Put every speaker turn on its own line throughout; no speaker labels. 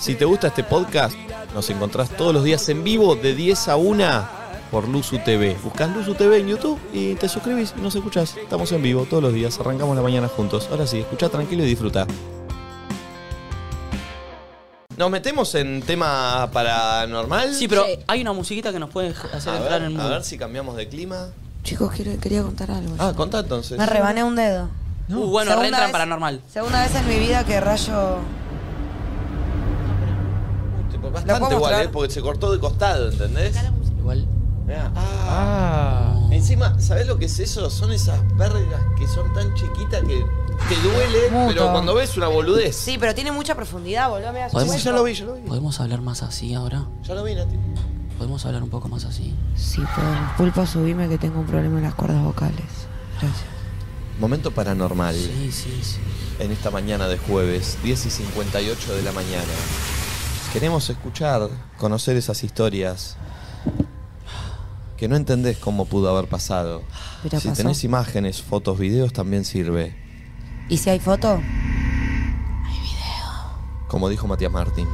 Si te gusta este podcast, nos encontrás todos los días en vivo de 10 a 1 por Luzu TV. Buscás Luzu TV en YouTube y te suscribís y nos escuchás. Estamos en vivo todos los días, arrancamos la mañana juntos. Ahora sí, escucha tranquilo y disfruta. ¿Nos metemos en tema paranormal?
Sí, pero hay una musiquita que nos puede hacer
a
entrar
ver,
en el
a
mundo.
ver si cambiamos de clima.
Chicos, quiero- quería contar algo.
Ah, contá entonces.
Me rebané un dedo.
Uh, bueno,
Segunda
reentran
vez-
paranormal.
Segunda vez en mi vida que rayo.
Pues
¿La
Bastante
puedo
igual,
mostrar?
¿eh? Porque se cortó de costado, ¿entendés?
Igual.
Mirá. Ah. Encima, ¿sabés lo que es eso? Son esas vergas que son tan chiquitas que te duele,
Muto.
pero cuando ves una boludez.
Sí, pero tiene mucha profundidad, boludo. Me das
¿Podemos?
Sí,
vuelta.
ya lo vi, ya lo vi.
¿Podemos hablar más así ahora?
Ya lo vi, Nati.
¿Podemos hablar un poco más así?
Sí, podemos. Pulpa, subime que tengo un problema en las cuerdas vocales. Gracias.
Momento paranormal
Sí, sí, sí.
en esta mañana de jueves, 10 y 58 de la mañana. Queremos escuchar, conocer esas historias que no entendés cómo pudo haber pasado.
Mira,
si
pasó.
tenés imágenes, fotos, videos, también sirve.
¿Y si hay foto?
Como dijo Matías Martín.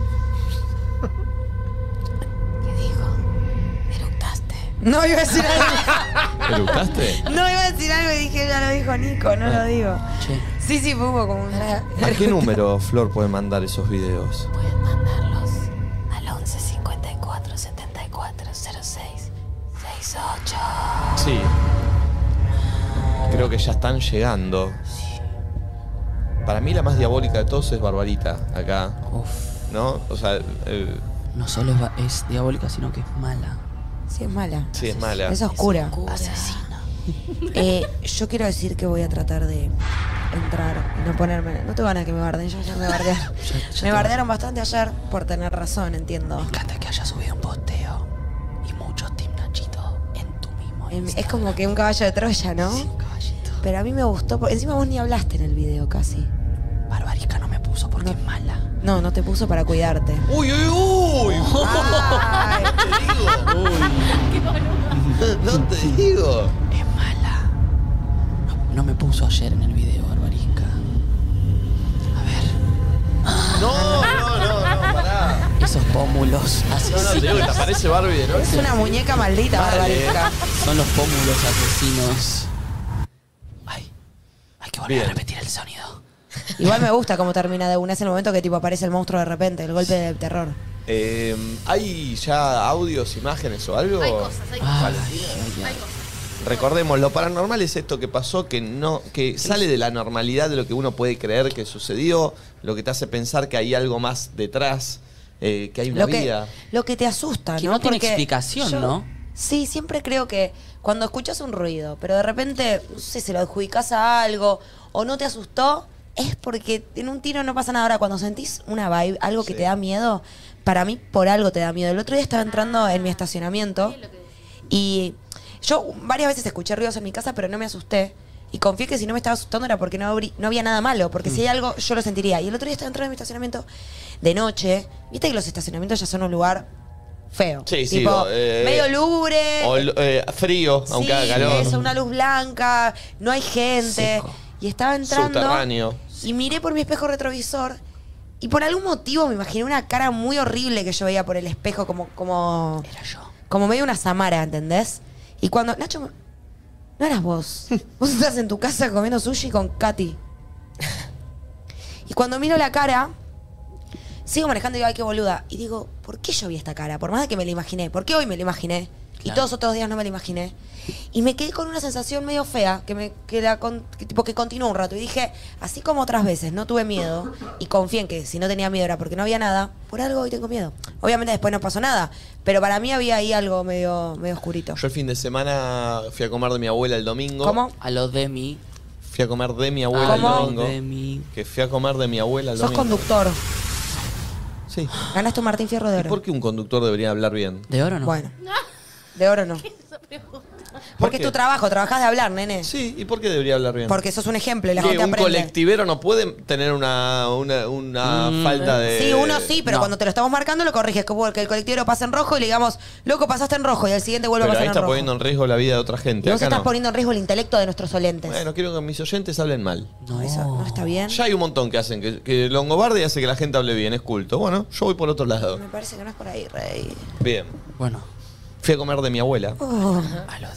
No iba a decir algo.
¿Te gustaste?
No iba a decir algo y dije, ya lo dijo Nico, no lo digo.
Che,
Sí, sí, hubo como una.
Ah. ¿A qué número Flor puede mandar esos videos?
Pueden mandarlos al 11 54 74 06 68.
Sí. Creo que ya están llegando. Para mí la más diabólica de todos es Barbarita, acá.
uff.
¿No? O sea, eh,
No solo es, va- es diabólica, sino que es mala.
Sí, es mala.
sí, es mala.
Es oscura.
Asesina.
Eh, yo quiero decir que voy a tratar de entrar y no ponerme. No te van a que me barden, yo ya me bardearon.
Ya- ya
me
te-
bardearon bastante ayer por tener razón, entiendo.
Me encanta que haya subido un posteo y muchos Team Nachito en tu mismo
Em, Es
Instagram.
como que un caballo de Troya, ¿no?
Sí, caballito.
Pero a mí me gustó. por- Encima vos ni hablaste en el video casi.
Barbarica no me puso porque es mala.
No, no te puso para cuidarte.
¡Uy, uy, uy!
Ay,
No te digo. No te digo.
Es mala. No, no me puso ayer en el video, Barbarica. A ver,
No, no, no, no, pará.
esos pómulos
No, no, te digo que te
asesinos.
aparece Barbie de
es
noche.
una muñeca maldita,
Vale.
Barbarica.
Son los pómulos asesinos. Ay, hay que volver
Bien.
a repetir el sonido.
Igual me gusta cómo termina de una. Es el momento que tipo aparece el monstruo de repente, el golpe del terror.
Eh, ¿Hay ya audios, imágenes o algo?
Hay cosas,
Ay,
hay cosas.
ay, ay.
Hay cosas.
Recordemos, lo paranormal es esto que pasó, que no, que sale de la normalidad de lo que uno puede creer que sucedió, lo que te hace pensar que hay algo más detrás, eh, que hay una
Lo que,
vida.
lo que te asusta,
Que
¿no?
no tiene explicación, ¿no?
Sí, siempre creo que cuando escuchas un ruido, pero de repente, no sé, se lo adjudicas a algo o no te asustó, es porque en un tiro no pasa nada. Ahora, cuando sentís una vibe, algo que
Sí.
te da miedo, para mí por algo te da miedo. El otro día estaba entrando en mi estacionamiento y yo varias veces escuché ruidos en mi casa, pero no me asusté. Y confié que si no me estaba asustando era porque no, abrí- no había nada malo, porque
Mm.
si hay algo yo lo sentiría. Y el otro día estaba entrando en mi estacionamiento de noche. Viste que los estacionamientos ya son un lugar feo.
Sí, sí,
tipo,
o, eh,
medio lúgubre.
O el- eh, frío, aunque
sí,
haga calor.
eso, una luz blanca, no hay gente.
Seco.
Y estaba entrando.
Subterráneo.
Y miré por mi espejo retrovisor. Y por algún motivo me imaginé una cara muy horrible que yo veía por el espejo, como, como,
Era yo.
como medio una Samara, ¿entendés? Y cuando. Nacho, no eras vos. Vos estás en tu casa comiendo sushi con Katy. Y cuando miro la cara, sigo manejando y digo, ay, qué boluda. Y digo, ¿por qué yo vi esta cara? Por más de que me la imaginé. ¿Por qué hoy me la imaginé? Y
Claro.
todos otros días no me la imaginé. Y me quedé con una sensación medio fea, que, me, que, la con- que tipo, que continuó un rato. Y dije, así como otras veces no tuve miedo, y confié en que si no tenía miedo era porque no había nada, por algo hoy tengo miedo. Obviamente después no pasó nada, pero para mí había ahí algo medio, medio oscurito.
Yo el fin de semana fui a comer de mi abuela el domingo.
¿Cómo?
A lo de mí.
Fui a comer de mi abuela
A
el
¿Cómo?
lo
domingo.
de mí.
Que fui a comer de mi abuela el
Sos
domingo.
conductor.
Sí.
Ganaste un Martín Fierro de
¿Y
Oro.
por qué un conductor debería hablar bien?
¿De oro no?
Bueno. De oro no.
¿Por
Porque es
qué?
tu trabajo, trabajás de hablar, nene.
Sí, ¿y por qué debería hablar bien?
Porque sos un ejemplo y la
¿Qué,
gente
un
aprende.
colectivero no puede tener una, una, una falta de...
Mm. Sí, uno sí, pero
no.
cuando te lo estamos marcando lo corriges. Como que el colectivo pasa en rojo y le digamos, loco, pasaste en rojo y el siguiente vuelve
Pero
a pasar
ahí está
en rojo.
poniendo en riesgo la vida de otra gente.
Y vos
Acá
estás
no.
poniendo en riesgo el intelecto de nuestros oyentes.
Bueno, quiero que mis oyentes hablen mal.
no, eso no está bien.
Ya hay un montón que hacen, que, que Longobardi hace que la gente hable bien, es culto. Bueno, yo voy por otro lado.
Me parece que no es por ahí, Rey.
Bien.
Bueno,
Fui a comer de mi abuela
Oh,
a lo de.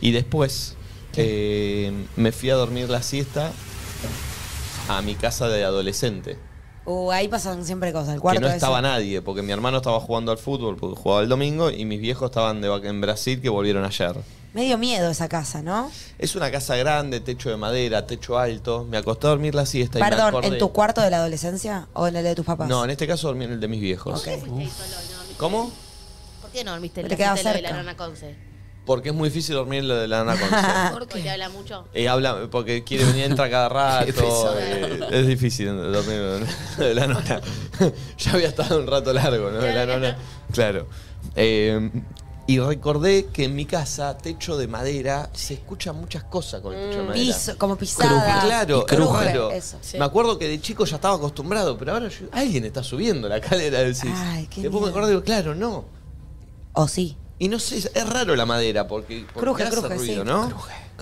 y después eh, me fui a dormir la siesta a mi casa de adolescente.
Uh, ahí pasan siempre cosas. El cuarto
que no estaba
ese.
nadie, porque mi hermano estaba jugando al fútbol, porque jugaba el domingo, y mis viejos estaban de, vac- en Brasil que volvieron ayer.
Me dio miedo esa casa, ¿no?
Es una casa grande, techo de madera, techo alto. Me acosté a dormir la siesta y me
Perdón,
acordé-
¿en tu cuarto de la adolescencia o en el de tus papás?
No, en este caso dormí en el de mis viejos.
Ok.
¿Por qué fuiste ahí solo? ¿No dormiste?
¿Cómo?
¿Por qué no dormiste en
Te
la
quedaba
siesta de lo de la
cerca.
nana Conce?
Porque es muy difícil dormir en lo de la Ana
¿Por qué? ¿Te habla mucho?
Eh, habla porque quiere venir entra cada rato.
pesado.
eh, es difícil dormir en lo de la nona. ya había estado un rato largo, ¿no? De la nona. Claro. Eh, y recordé que en mi casa, techo de madera, se escuchan muchas cosas con el techo de madera.
Mm. Piso, como pisadas.
Claro,
y cruje,
claro.
Eso.
Me acuerdo que de chico ya estaba acostumbrado, pero ahora yo- alguien está subiendo la calera del CIS.
Ay, qué
Después me
miedo.
acuerdo y digo, claro, no.
O sí.
Y no sé, es raro la madera porque, porque
Cruje,
hace
cruje,
ruido,
sí.
¿no?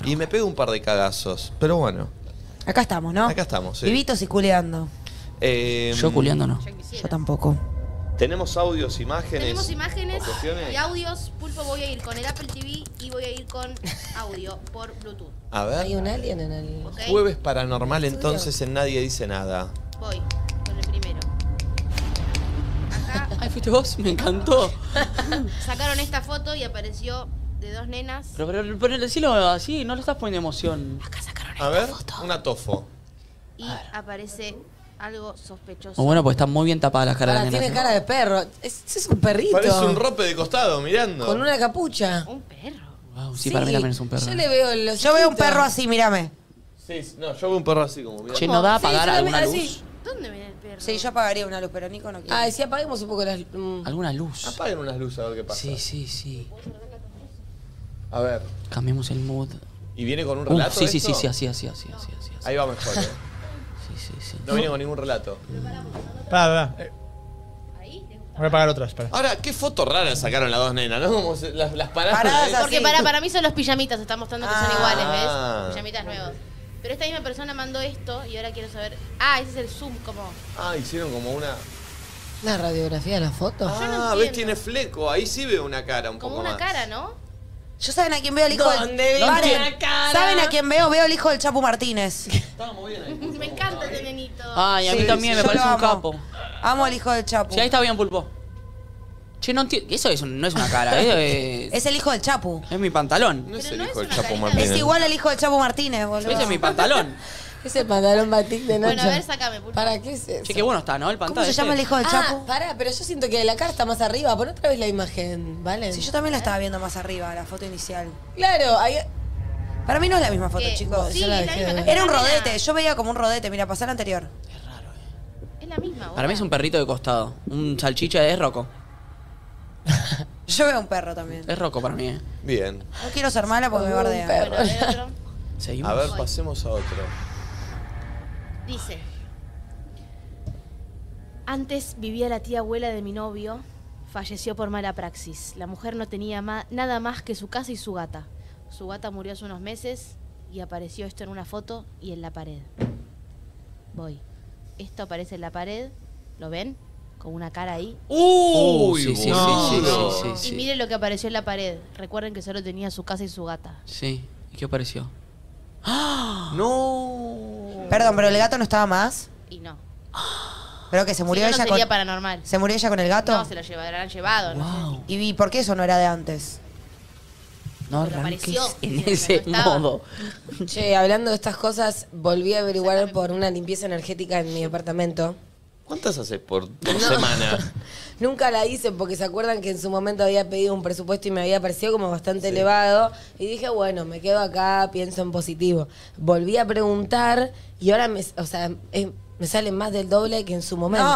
Y me pego un par de cagazos. Pero bueno.
Acá estamos, ¿no?
Acá estamos, sí.
Vivitos y culeando.
Eh,
Yo culeando no.
Yo quisiera.
Yo tampoco.
Tenemos audios, imágenes.
Tenemos imágenes
o cuestiones?
y audios. Pulpo, voy a ir con el Apple TV y voy a ir con audio por Bluetooth.
A ver.
Hay un alien en el.
¿Ok?
Jueves paranormal, entonces eh. en Nadie Dice Nada.
Voy con el primero. Acá
Ay, fuiste vos, me encantó.
sacaron esta foto y apareció de dos nenas.
Pero, pero, pero decilo así, no lo estás poniendo emoción.
A ver, una tofo.
y aparece algo sospechoso.
O bueno, pues están muy bien tapadas las caras de
Ah,
Ahora
las
tiene
nenas.
cara de perro. Es, es un perrito.
Parece un rope de costado mirando.
Con una capucha.
Un perro.
Wow, sí, para mí también es un perro.
Yo le veo el
Yo veo un
hociquito.
perro así, mírame.
Sí, sí, no, yo veo un perro así como mirando.
Che, ¿no da a
Sí,
apagar
yo también
Ah,
alguna
así.
luz?
¿Dónde viene el perro?
Sí, yo apagaría una luz, pero Nico no quiere.
Ay, sí, apaguemos un poco las. mm.
¿Alguna luz?
Apaguen unas luces a ver qué pasa.
Sí, sí, sí.
A ver.
Cambiemos el mood.
¿Y viene con un
Uh,
relato?
sí, sí,
esto?
sí, sí, así, así, así, así, así. así.
Ahí va mejor. ¿eh?
Sí, sí, sí.
No viene con ningún relato.
Pará,
Eh.
pará. Voy a pagar otras, pará.
Ahora, qué foto rara sacaron las dos nenas, ¿no? Como se- las, las paradas.
Paradas
¿eh?
así.
Porque para, para mí son los pijamitas, está mostrando que
Ah.
son iguales, ¿ves? Pijamitas nuevos. Pero esta misma persona mandó esto y ahora quiero saber. Ah, ese es el zoom, como.
Ah, hicieron como una.
Una radiografía de la foto.
Yo no
Ah, ves,
entiendo.
tiene fleco. Ahí sí veo una cara un
Como
poco
una
más.
cara, ¿no?
¿Yo saben a quién veo el hijo del-
¿Dónde vive
Paren.
la cara?
¿Saben a quién veo? Veo el hijo del Chapu Martínez.
Me encanta ese nenito.
Ay, a mí
Sí,
también me
yo
parece
lo
un
amo.
capo.
Amo al hijo del Chapu.
Sí, ahí está bien, Pulpo. Che, no entiendo. Eso es un- no es una cara, eh, es,
Es el hijo del Chapu.
es mi pantalón.
No es
Pero
el
no
hijo
es
del
una
Chapo
carita.
Martínez.
Es igual al hijo del Chapu Martínez, boludo.
Ese es mi pantalón.
Ese pantalón batik de Nacho.
Bueno, a ver, sacame, pulpo.
¿Para qué es eso?
Che, qué bueno está, ¿no? El este. pantalón.
¿Cómo se llama el hijo del
Ah,
Chapu?
pará, pero yo siento que la cara está más arriba. Pon otra vez la imagen, ¿vale?
Sí, yo también la estaba viendo más arriba, la foto inicial.
Claro, ahí.
Para mí no es la misma foto,
¿Qué?
chicos.
Sí,
yo la
la
dejé
misma
de ver.
cara.
Era un rodete, yo veía como un rodete, mira, pasar anterior.
Es la misma, boludo.
Para mí es un perrito de costado. Un salchicha es roco.
Yo veo un perro también.
Es roco para mí, eh.
Bien.
No quiero ser mala porque me
Un perro.
bardean.
Bueno, a ver otro.
Seguimos.
A ver, pasemos a otro.
Dice. Antes vivía la tía abuela de mi novio. Falleció por mala praxis. La mujer no tenía ma- nada más que su casa y su gata. Su gata murió hace unos meses y apareció esto en una foto y en la pared. Voy. Esto aparece en la pared. ¿Lo ven? Con una cara ahí.
¡Uh!
Uy, sí,
Uy,
sí, sí,
boludo.
sí,
No.
sí, sí,
Y
sí.
mire lo que apareció en la pared. Recuerden que solo tenía su casa y su gata.
Sí. ¿Y qué apareció?
¡Ah!
No.
Perdón, pero el gato no estaba más.
Y no.
Pero que se murió
Si no, no
ella
sería
con.
paranormal.
¿Se murió ella con el gato?
No, se lo llevarán llevado. no sé.
Wow.
¿Y vi por qué eso no era de antes?
No
Pero
arranques
apareció.
en
Pero
ese
no estaba.
modo.
Che, hablando de estas cosas, volví a averiguar por una limpieza energética en mi departamento.
¿Cuántas haces por, por semana?
Nunca la hice porque se acuerdan que en su momento había pedido un presupuesto y me había parecido como bastante elevado. Y dije, bueno, me quedo acá, pienso en positivo. Volví a preguntar y ahora me, o sea, eh, me sale más del doble que en su momento.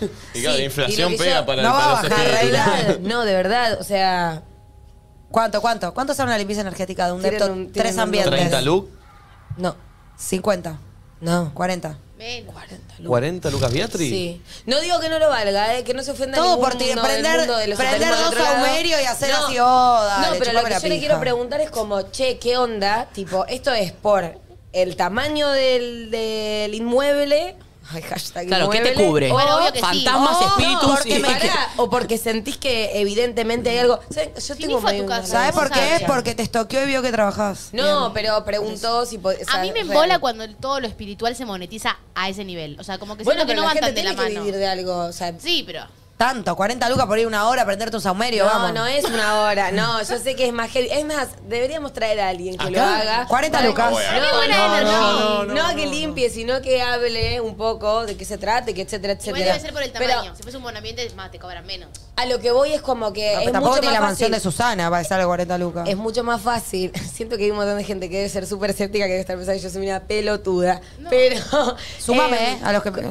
No.
Y claro, la
Sí,
inflación
y lo que
pega
yo-
para,
no va
para
a
los
bajar,
espíritus.
Real, no, de verdad, o sea,
¿Cuánto, cuánto? ¿Cuánto sale una limpieza energética de un
Tienen
depto?
un- tienen
Tres
un-
ambientes.
30 Luke,
No,
50.
no.
40.
Menos.
40 Lucas Beatriz.
Sí. No digo que no lo valga, eh, que no se ofenda
Todo
ningún
por ti-
mundo
prender-
del mundo de los
prender
hoteles
dos
del otro lado.
saumerios y hacer así, oh, dale,
No, pero lo
chupame
que
la
yo le
pija.
quiero preguntar es como, che, ¿qué onda? Tipo, esto es por el tamaño del, del inmueble. Ay, hashtag
Claro, ¿qué te
inmueble.
cubre?
O-
Bueno, obvio que sí.
Fantasmas,
o
espíritus
porque
y-
pará, o porque sentís que evidentemente hay algo. ¿Saben? Yo tengo
fue a
medio
tu
una-
casa.
¿Sabes por qué?
Sabia.
Porque te estoqueó y vio que trabajás.
No, pero preguntó si po- o sea,
A mí me
real.
embola cuando el- todo lo espiritual se monetiza a ese nivel. O sea, como que
Bueno,
siento que no
pero la
van
gente
tan de la
tiene que
mano.
vivir de algo. O sea,
Sí, pero.
Tanto, 40 lucas por ir una hora a prenderte un saumerio,
no,
vamos.
no es una hora. No, yo sé que es más heavy. Es más, deberíamos traer a alguien que lo
Acá,
haga.
40
Para-
lucas.
No,
Qué buena
no,
energía.
no, no que limpie, sino que hable un poco de qué se trata, que etcétera,
Igual
etcétera.
debe ser por el
Pero
tamaño. si fuese un buen ambiente, más te cobran menos.
a lo que voy es como que
No, pero
es
tampoco
mucho
tiene
más
la mansión
fácil.
de Susana para estar de 40 lucas.
Es mucho más fácil. Siento que hay un montón de gente que debe ser súper escéptica, que debe estar pensando que yo soy una pelotuda. Pero.
Súmame,
eh,
eh, a los que- en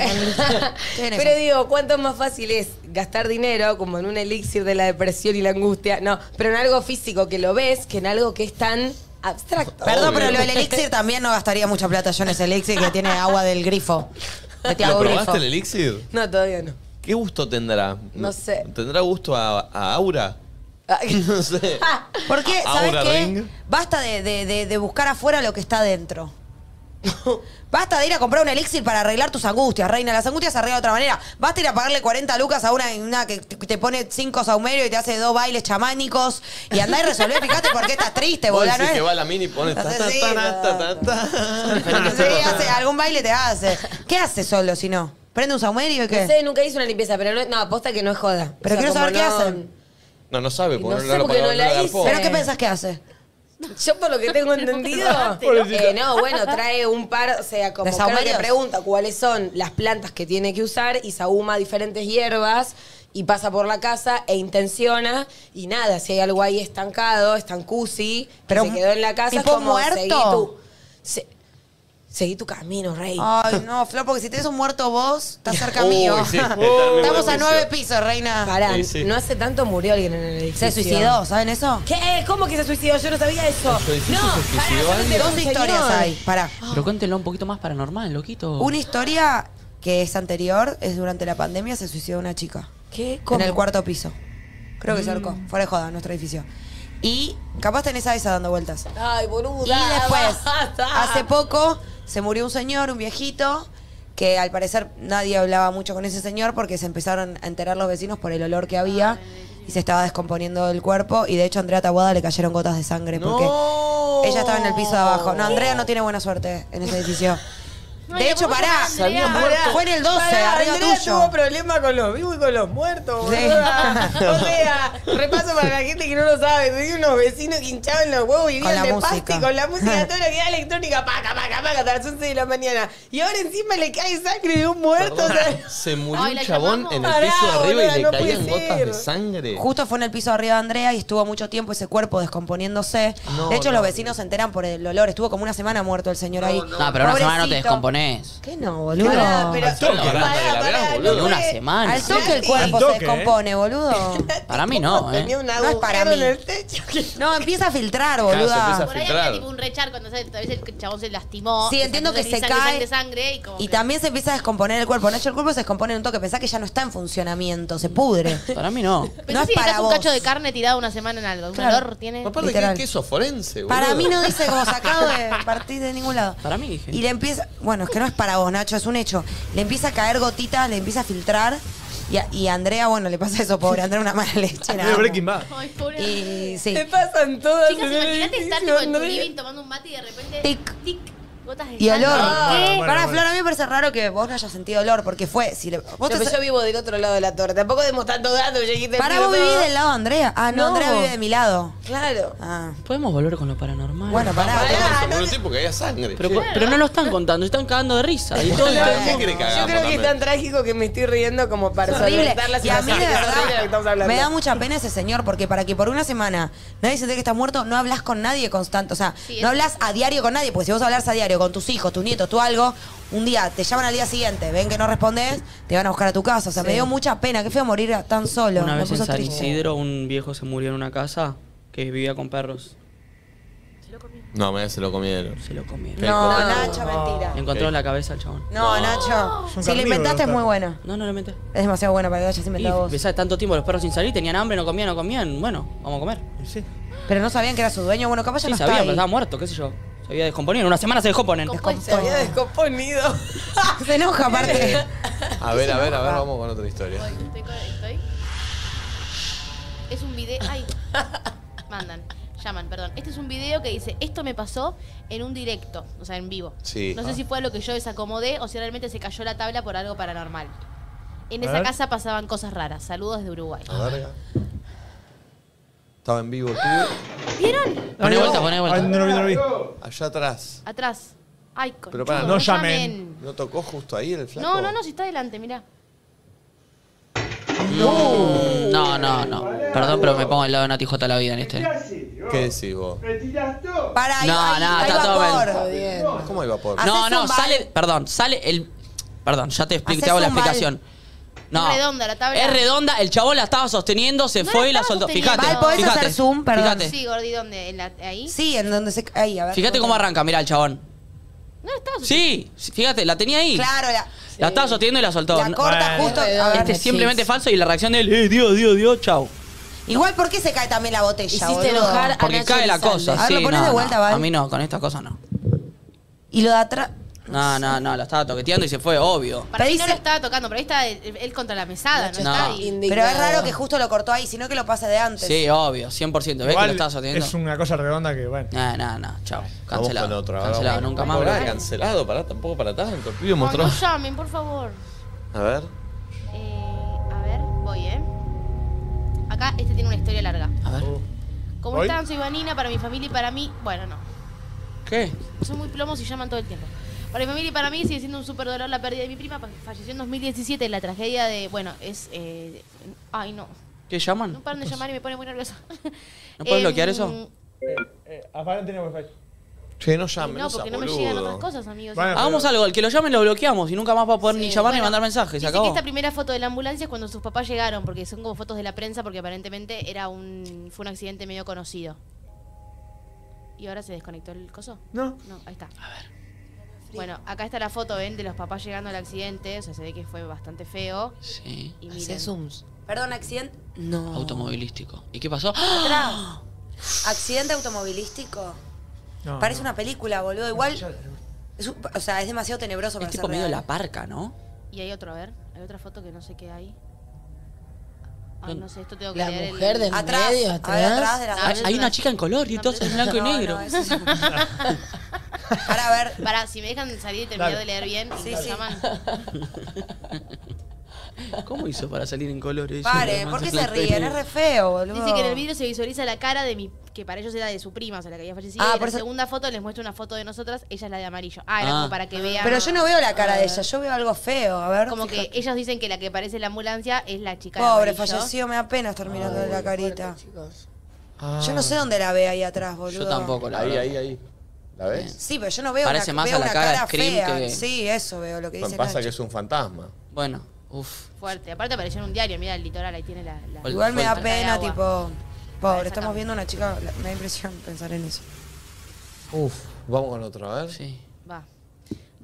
Pero
eso.
digo, ¿cuánto más fácil es gastar dinero como en un elixir de la depresión y la angustia? No, pero en algo físico que lo ves que en algo que es tan abstracto.
Perdón,
Obvio.
pero lo del elixir también no gastaría mucha plata. Yo en ese elixir que tiene agua del grifo. De Tiago
¿Lo
Grifo.
probaste el elixir?
No, todavía no.
¿Qué gusto tendrá?
No sé.
¿Tendrá gusto a, a Aura?
Ah,
No sé.
¿Por qué? Ah, ¿Sabes
Aura
qué?
Ah, Ring.
Basta de, de- de- de buscar afuera lo que está dentro. Basta de ir a comprar un elixir para arreglar tus angustias, reina. Las angustias se arreglan de otra manera. Basta ir a pagarle 40 lucas a una, una que te te pone cinco saumerios y te hace dos bailes chamánicos. Y andá y resolver, fíjate por qué estás triste,
Vos
boludo.
decís
¿no
que
es?
va a la mini y pone ta, ta,
Sí,
ta, na, ta, ta, ta.
Sí, hace- algún baile te hace. ¿Qué hace solo si no? ¿Prende un saumerio y qué?
No sé, nunca hice una limpieza, pero no, no, aposta que no es joda.
Pero quiero
como
saber qué hacen.
No, no sabe, porque
No
no,
sé,
lo
porque
pagó,
no la
lo
hice.
garpó.
¿Pero qué pensás que hace?
Yo por lo que tengo entendido, eh, no, bueno, trae un par, o sea, como
¿De
creo que
saumerios?
pregunta cuáles son las plantas que tiene que usar y sauma diferentes hierbas y pasa por la casa e intenciona y nada, si hay algo ahí estancado, estancusi, pero
Pero
se quedó en la casa, es
tipo
como
muerto.
seguí tu, se- seguí tu camino, rey.
Ay, no, Flor, porque si tenés un muerto vos, estás cerca
Uy,
mío.
sí, está en el mismo
Estamos a
edificio.
nueve pisos, reina.
Pará,
Sí, sí.
no hace tanto murió alguien en el edificio.
Se suicidó, ¿saben eso?
¿Qué? ¿Cómo que se suicidó? Yo no sabía eso. No,
¿En su edificio se
pará,
suicidó
yo no te-
Dos
señor.
historias hay. Pará.
Pero cuéntenlo un poquito más paranormal, loquito.
Una historia que es anterior, es durante la pandemia, se suicidó una chica.
¿Qué?
En el cuarto piso. Creo que se ahorcó. Fuera de joda, nuestro edificio. Y capaz tenés a esa dando vueltas.
Ay, boluda.
Y después,
basta.
hace poco, se murió un señor, un viejito, que al parecer nadie hablaba mucho con ese señor porque se empezaron a enterar los vecinos por el olor que había y se estaba descomponiendo el cuerpo. Y de hecho, a Andrea Tabuada le cayeron gotas de sangre porque ella estaba en el piso de abajo. No, Andrea no tiene buena suerte en ese edificio.
Ay,
de
la
hecho,
pobre
pará,
Andrea.
pará, fue en el 12,
Pará,
arriba
Andrea
tuyo.
tuvo problema con los vivos y con los muertos, boluda.
Sí.
O sea, repaso para la gente que no lo sabe. Tenía unos vecinos que hinchaban los huevos y
Con
vivían
la
de pasti
música.
con la música, todo lo que era electrónica, paca, paca, paca, hasta las 11 de la mañana. Y ahora encima le cae sangre de un muerto. o sea,
Se murió
Ay,
un
la
chabón
llamamos.
en el
Pará,
piso de arriba y
boluda,
le
no puede
caían gotas
ser.
de sangre.
Justo fue en el piso de arriba de Andrea y estuvo mucho tiempo ese cuerpo descomponiéndose.
No,
de hecho,
no.
los vecinos se enteran por el olor. Estuvo como una semana muerto el señor ahí.
No, Ah, pero una semana no te
Pobrecito.
descompones.
¿Qué no, boludo?
Pará, pero-
Al toque,
pará,
Aranda, que la
pará,
veas,
no
boludo.
En una
eh,
sé.
semana.
Al toque el cuerpo
Al toque,
se descompone, boludo.
Para mí no, ¿eh?
Tenía un
No es
agujero
para mí.
en el techo.
No, empieza a filtrar,
Claro, se empieza
boluda.
a
Por ahí
filtrar.
había tipo un rechar cuando ¿sabes? tal vez el chabón se lastimó.
Sí, entiendo que se
Sangre,
cae.
Sangre, sangre, sangre, y como
Y
que-
también se empieza a descomponer el cuerpo. Nacho, el cuerpo se descompone en un toque. Pensá que ya no está en funcionamiento, se pudre.
Para mí no.
Pensá
no es
si
para
dejás un
vos.
cacho de carne tirado una semana en algo. Un
Claro.
olor tiene.
Aparte, ¿qué
Literal.
queso forense, boludo?
Para mí no dice como sacado de partir de ningún lado.
Para mí, dije.
Y le empieza. Bueno, es que no es para vos, Nacho, es un hecho. Le empieza a caer gotitas, le empieza a filtrar. Y a, y a Andrea, bueno, le pasa eso, pobre. Andrea, una mala leche. nada
Mira,
más.
Breaking Bad.
Ay, pobre.
Y sí.
Te pasan todas
Chicas,
en el
imagínate estar
edificio,
tipo, en tu
Andrea.
living tomando un mate y de repente.
Tic.
Tic. Gotas de
Y olor.
sangre.
Ah,
¿Qué?
bueno,
Para
bueno.
Flor, a mí me parece raro que vos no hayas sentido olor, porque fue. Si le- vos
No,
te-
pero yo vivo del otro lado de la torre. Tampoco demos tanto dato, lleguiste
Para vos vivís del lado de Andrea. Ah, no,
No.
Andrea vive de mi lado.
Claro.
Ah.
Podemos volver con lo paranormal.
Bueno, pará.
Todo
pará.
eso por un tipo que había sangre.
Pero,
Sí.
pero no lo están contando, están cagando de risa. Y todo, y todo el
¿Qué
mundo.
quiere que
Yo
hagamos
creo que
también?
es tan trágico que me estoy riendo como para
Es horrible.
solventar la
Y a mí,
situación,
de
que es horrible lo que estamos
verdad,
hablando.
me da mucha pena ese señor, porque para que por una semana nadie se entere que estás muerto, no hablas con nadie constante. O sea,
Sí,
no
es-
hablas a diario con nadie, porque si vos hablas a diario con tus hijos, tus nietos, tú algo, un día te llaman al día siguiente, ven que no respondes, te van a buscar a tu casa. O sea, me dio mucha pena. Qué feo morir tan solo.
Una
me
vez en
puso
San
triste.
Isidro, un viejo se murió en una casa. que
que vivía con perros.
No, me se lo comieron.
Se lo comieron.
No,
Qué
Nacho, mentira.
Le encontraron la cabeza al chabón.
No,
No.
Es
Nacho.
un
Si lo
carnívoro,
inventaste es
está.
muy bueno.
No, no lo inventé.
Es demasiado bueno para que lo hayas
Y
inventado vos.
pensá, tanto tiempo los perros sin salir, tenían hambre, no comían, no comían. Bueno, vamos a comer.
Sí.
Pero no sabían que era su dueño. Bueno, capaz ya
Sí,
no
sabía,
está
pero estaba
ahí.
muerto, qué sé yo. Se había descomponido. En una semana se descomponen.
Se había descomponido.
Se enoja aparte.
A ver, a ver, a ver, vamos con otra historia.
Estoy, estoy, con- estoy. Es un video. Ay. Mandan. Llaman, perdón. Este es un video que dice, esto me pasó en un directo, o sea, en vivo.
Sí. Ah.
No sé si fue lo que yo desacomodé o si realmente se cayó la tabla por algo paranormal. En
A
esa
ver.
casa pasaban cosas raras. Saludos de Uruguay.
A ver, acá. Estaba en vivo el pibe.
¿Vieron?
Poné
Ay,
vuelta, poné vuelta.
Ay, no lo vi, no lo vi.
Allá atrás.
Atrás. Ay, con
Pero pará,
chudo,
no
llamen.
¿No tocó justo ahí el flaco?
No, no, no, si está adelante, mirá.
Uh.
No, no, no. Perdón, pero me pongo al lado de Nati J la vida en este.
¿Qué decís vos?
Para, ahí,
No,
ahí,
no,
ahí
está todo
vapor.
bien.
Está bien.
¿Cómo iba por?
Ah.
No,
Eh, Hacés
no,
un bal.
sale. Perdón, sale el. Perdón, ya te explico, te
Hacés
hago la
un bal.
explicación. No.
Es redonda la tabla.
Es redonda, el chabón la estaba sosteniendo, se
No
fue
la
y la
estaba
soltó.
sosteniendo.
Fíjate.
Val, ¿podés
fíjate,
hacer zoom? Perdón.
Fíjate,
Sí, Gordi, ¿dónde? ¿En la- ¿Ahí?
Sí, en donde se. Ahí, a ver.
fíjate cómo arranca, mirá el chabón.
No, estaba
Sí, sí, fíjate, la tenía ahí.
Claro, la,
La estaba sosteniendo y la soltó.
la corta
Bueno.
justo. a ver.
Este es simplemente
Chips.
falso y la reacción de él, eh, Dios, Dios, Dios, chau.
Igual, ¿por qué se cae también la botella?
Hiciste
boludo?
enojar a-
Porque
Nacho
cae la
Elizalde.
cosa.
A ver,
sí,
¿lo pones
no,
de
no.
vuelta, Val?
A mí no, con estas cosas no.
Y lo de atrás.
No, no, no, la estaba toqueteando y se fue, obvio.
Para mí no
Pero dice-
lo estaba tocando, pero ahí está él, él contra la mesada, no,
No.
está ahí.
Pero es raro que justo lo cortó ahí, sino que lo pase de antes.
Sí, obvio, 100%. ¿Ves que
Igual
lo estaba sosteniendo?
es una cosa redonda que, bueno.
No, no, no, chau.
Vamos
Cancelado.
con otra.
Cancelado,
vamos.
nunca más.
Pará,
bro.
cancelado, pará, tampoco para tanto. El pibe
No,
mostró.
no llamen, por favor.
A ver.
Eh, a ver, voy, ¿eh? Acá este tiene una historia larga.
A ver.
¿Cómo
¿Voy?
están? Soy Vanina, para mi familia y para mí. Bueno, no.
¿Qué?
Son muy plomos y llaman todo el tiempo. Para mi familia y para mí sigue siendo un súper dolor la pérdida de mi prima. pa- Falleció en 2017 en la tragedia de. Bueno, es. eh, ay, no.
¿Qué llaman?
No paran de llamar y me pone muy nerviosa.
¿No puedes
Em,
bloquear eso?
Eh, afuera no tiene wifi.
Che, no
Ah,
llamen,
No, porque no me llegan otras cosas, amigos.
Bueno,
Hagamos algo, el que lo llamen lo bloqueamos y nunca más va a poder ni llamar ni
Bueno,
mandar mensajes. Se
dice
acabó.
que esta primera foto de la ambulancia es cuando sus papás llegaron, porque son como fotos de la prensa, porque aparentemente era un, fue un accidente medio conocido. ¿Y ahora se desconectó el coso?
No.
No, ahí está. A ver. Bueno, acá está la foto, ven, de los papás llegando al accidente, o sea, se ve que fue bastante feo.
Sí.
Y
Hacía
miren,
zooms.
Perdón, accidente. No.
Automovilístico. ¿Y qué pasó? ¡Ah!
Atrás. Accidente automovilístico.
No,
Parece
no.
una película, boludo. Igual. es un- o sea, es demasiado tenebroso para
Es tipo
ser
medio
real.
la parca, ¿no?
y hay otro, a ver, hay otra foto que no sé qué hay. Ay, no sé, esto tengo que
La
leer el-
mujer de-
Atrás,
medio,
a ver,
atrás.
atrás de la
Ah, Hay, hay una chica en color y
No,
todo es en blanco y
No, no,
negro.
eso es- Para ver.
Pará, si me dejan salir y terminar
Dale.
de leer bien, sí,
sí.
llaman.
¿Cómo hizo para salir en color ella?
Pare,
Además,
¿por qué
en
se
blanco y
ríen? Es
negro.
re feo, boludo.
Dice que en el vídeo se visualiza la cara de mi. que para ellos era de su prima, o sea, la que había fallecido.
Ah,
y en
por
la
eso-
segunda foto les muestra una foto de nosotras, ella es la de amarillo. Ah, era
Ah.
como para que vean. Ah,
Pero yo no veo la cara de ella, yo veo algo feo. A ver.
Como que ellos dicen que la que aparece en la ambulancia es la chica de
Pobre,
amarillo.
falleció, me da pena estar mirando
Ah,
la carita.
Chicos.
Yo no sé dónde la ve ahí atrás, boludo.
Ah, Yo tampoco, la
Ahí,
verdad.
ahí, ahí. ¿La ves?
Sí, pero yo no veo
Parece
una,
más
veo
a la
una
cara de
cara
Scream
fea.
que-
Sí, eso veo lo que dice
Pasa que
Nacho.
es un fantasma.
Bueno, uff.
Fuerte. Aparte apareció en un diario, mira el litoral, ahí tiene la. la-
Ol-
Igual me da
Fuerte.
pena,
Agua.
tipo...
Ahí
Pobre,
sacamos.
estamos viendo una chica... la- Me da impresión pensar en eso.
Uf. Vamos con otro, a ver.
Sí.
Va.